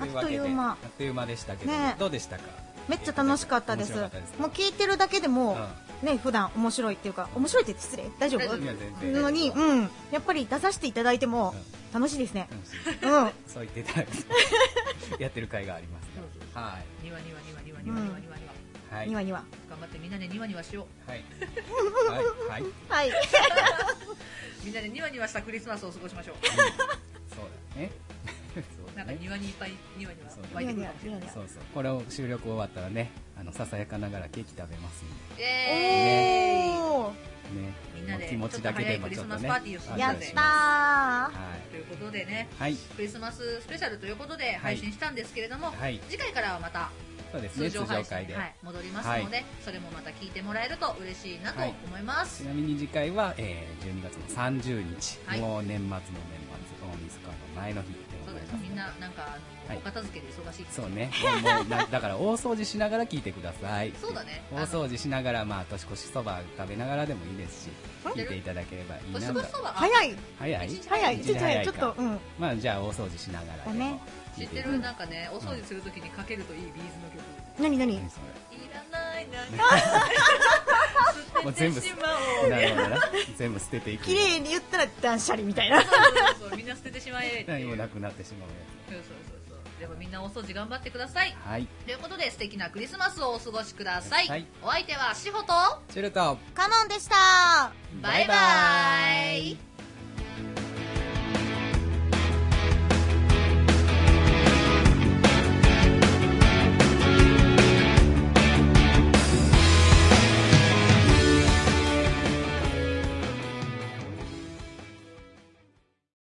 Speaker 1: 早いね。
Speaker 3: あっという間
Speaker 2: あっという間でしたけど、
Speaker 3: ね
Speaker 2: どうでしたか
Speaker 3: めっちゃ楽しかったです
Speaker 2: 面白かったですか
Speaker 3: もう聞いてるだけでも、
Speaker 2: う
Speaker 3: ね普段面白いっていうか面白いって失礼大丈
Speaker 1: 大丈
Speaker 3: 夫
Speaker 1: 夫
Speaker 2: いや全然
Speaker 3: なのに
Speaker 2: うん
Speaker 3: うんやっぱり出させていただいても楽しいですね
Speaker 2: 楽しい
Speaker 3: うん
Speaker 2: そう言っていただくとやってる会があります
Speaker 1: そうそう
Speaker 2: からは
Speaker 1: ニワニワニワニワニワニワニワニワ。
Speaker 2: いはい
Speaker 3: に
Speaker 2: は
Speaker 3: はいには
Speaker 1: 頑張ってみんなでニワニワしよ
Speaker 2: はいはい、うん
Speaker 3: はい
Speaker 1: う。みんなでニワニワしたクリスマスを過ごしましょ
Speaker 2: そうだねそう
Speaker 1: う。
Speaker 2: だ
Speaker 1: なんか
Speaker 2: ね
Speaker 1: 庭にいっぱいニワニワ
Speaker 2: そう
Speaker 1: 湧いてくるかもしれない。
Speaker 3: ニワニワニワニワ
Speaker 2: そうそうこれを収録終わったらねあのささやかながらケーキ食べますん
Speaker 1: イ
Speaker 3: お
Speaker 1: エーイ
Speaker 3: お
Speaker 2: でね
Speaker 1: みんなで
Speaker 2: お気持ちだけでもちょっとね
Speaker 1: ちょっと早いクリスマスパーティーをしようぜ
Speaker 3: や
Speaker 2: あ
Speaker 3: っ
Speaker 2: のしま
Speaker 3: た
Speaker 2: すはい
Speaker 1: ということでね、
Speaker 2: はい
Speaker 1: クリスマススペシャルということで配信したんですけれども、
Speaker 2: はい
Speaker 1: 次回からはまた
Speaker 2: そうです
Speaker 1: 通
Speaker 2: ね通
Speaker 1: 常
Speaker 2: 常
Speaker 1: 配信
Speaker 2: 会で、
Speaker 1: はい、戻りますので、それもまた聞いてもらえると嬉しいなと思います
Speaker 2: ち、なみに次回は、えー、12月の30日、
Speaker 1: はい
Speaker 2: もう年末の年末大晦日の前の日で
Speaker 1: そ
Speaker 2: ござ
Speaker 1: うで
Speaker 2: い
Speaker 1: す
Speaker 2: ます
Speaker 1: みんななんかあの、
Speaker 2: はい
Speaker 1: お片付けで忙しい
Speaker 2: そうねもうもうなだから大掃除しながら聞いてください
Speaker 1: そうだね
Speaker 2: 大掃除しながらまあ年越しそば食べながらでもいいですし聞いていただければいい
Speaker 1: 年
Speaker 2: な
Speaker 1: 越
Speaker 2: と
Speaker 1: しそばあ
Speaker 3: 早い
Speaker 2: 早い
Speaker 1: 一日
Speaker 3: 早い
Speaker 2: 一
Speaker 3: ち
Speaker 2: 日
Speaker 3: ょっと早いちょ
Speaker 2: か
Speaker 3: っとうん
Speaker 2: まあじゃあ大掃除しながらでも
Speaker 3: だね
Speaker 1: 知
Speaker 2: 聞
Speaker 1: っ
Speaker 2: い
Speaker 1: て
Speaker 2: い
Speaker 1: るなんかねお掃除するときにかけるといいビーズの曲
Speaker 3: 何何
Speaker 2: 何そ
Speaker 1: いらないな
Speaker 2: もう
Speaker 1: 捨て
Speaker 2: 全
Speaker 1: て
Speaker 2: 部
Speaker 1: しま
Speaker 2: れ
Speaker 1: おう
Speaker 2: なるほどな全部捨てていく
Speaker 3: 綺麗に言ったら断捨離みたいな
Speaker 1: そうそうそうみんな捨ててしまえって
Speaker 2: 何
Speaker 1: い
Speaker 2: も
Speaker 1: う
Speaker 2: なくなってしまうや
Speaker 1: そうそうそうそうでもみんなお掃除頑張ってください
Speaker 2: つはい
Speaker 1: ということで素敵なクリスマスをお過ごしください、
Speaker 2: はい
Speaker 1: お相手はしほと
Speaker 2: チュルト
Speaker 3: カノンでした
Speaker 1: バイバイ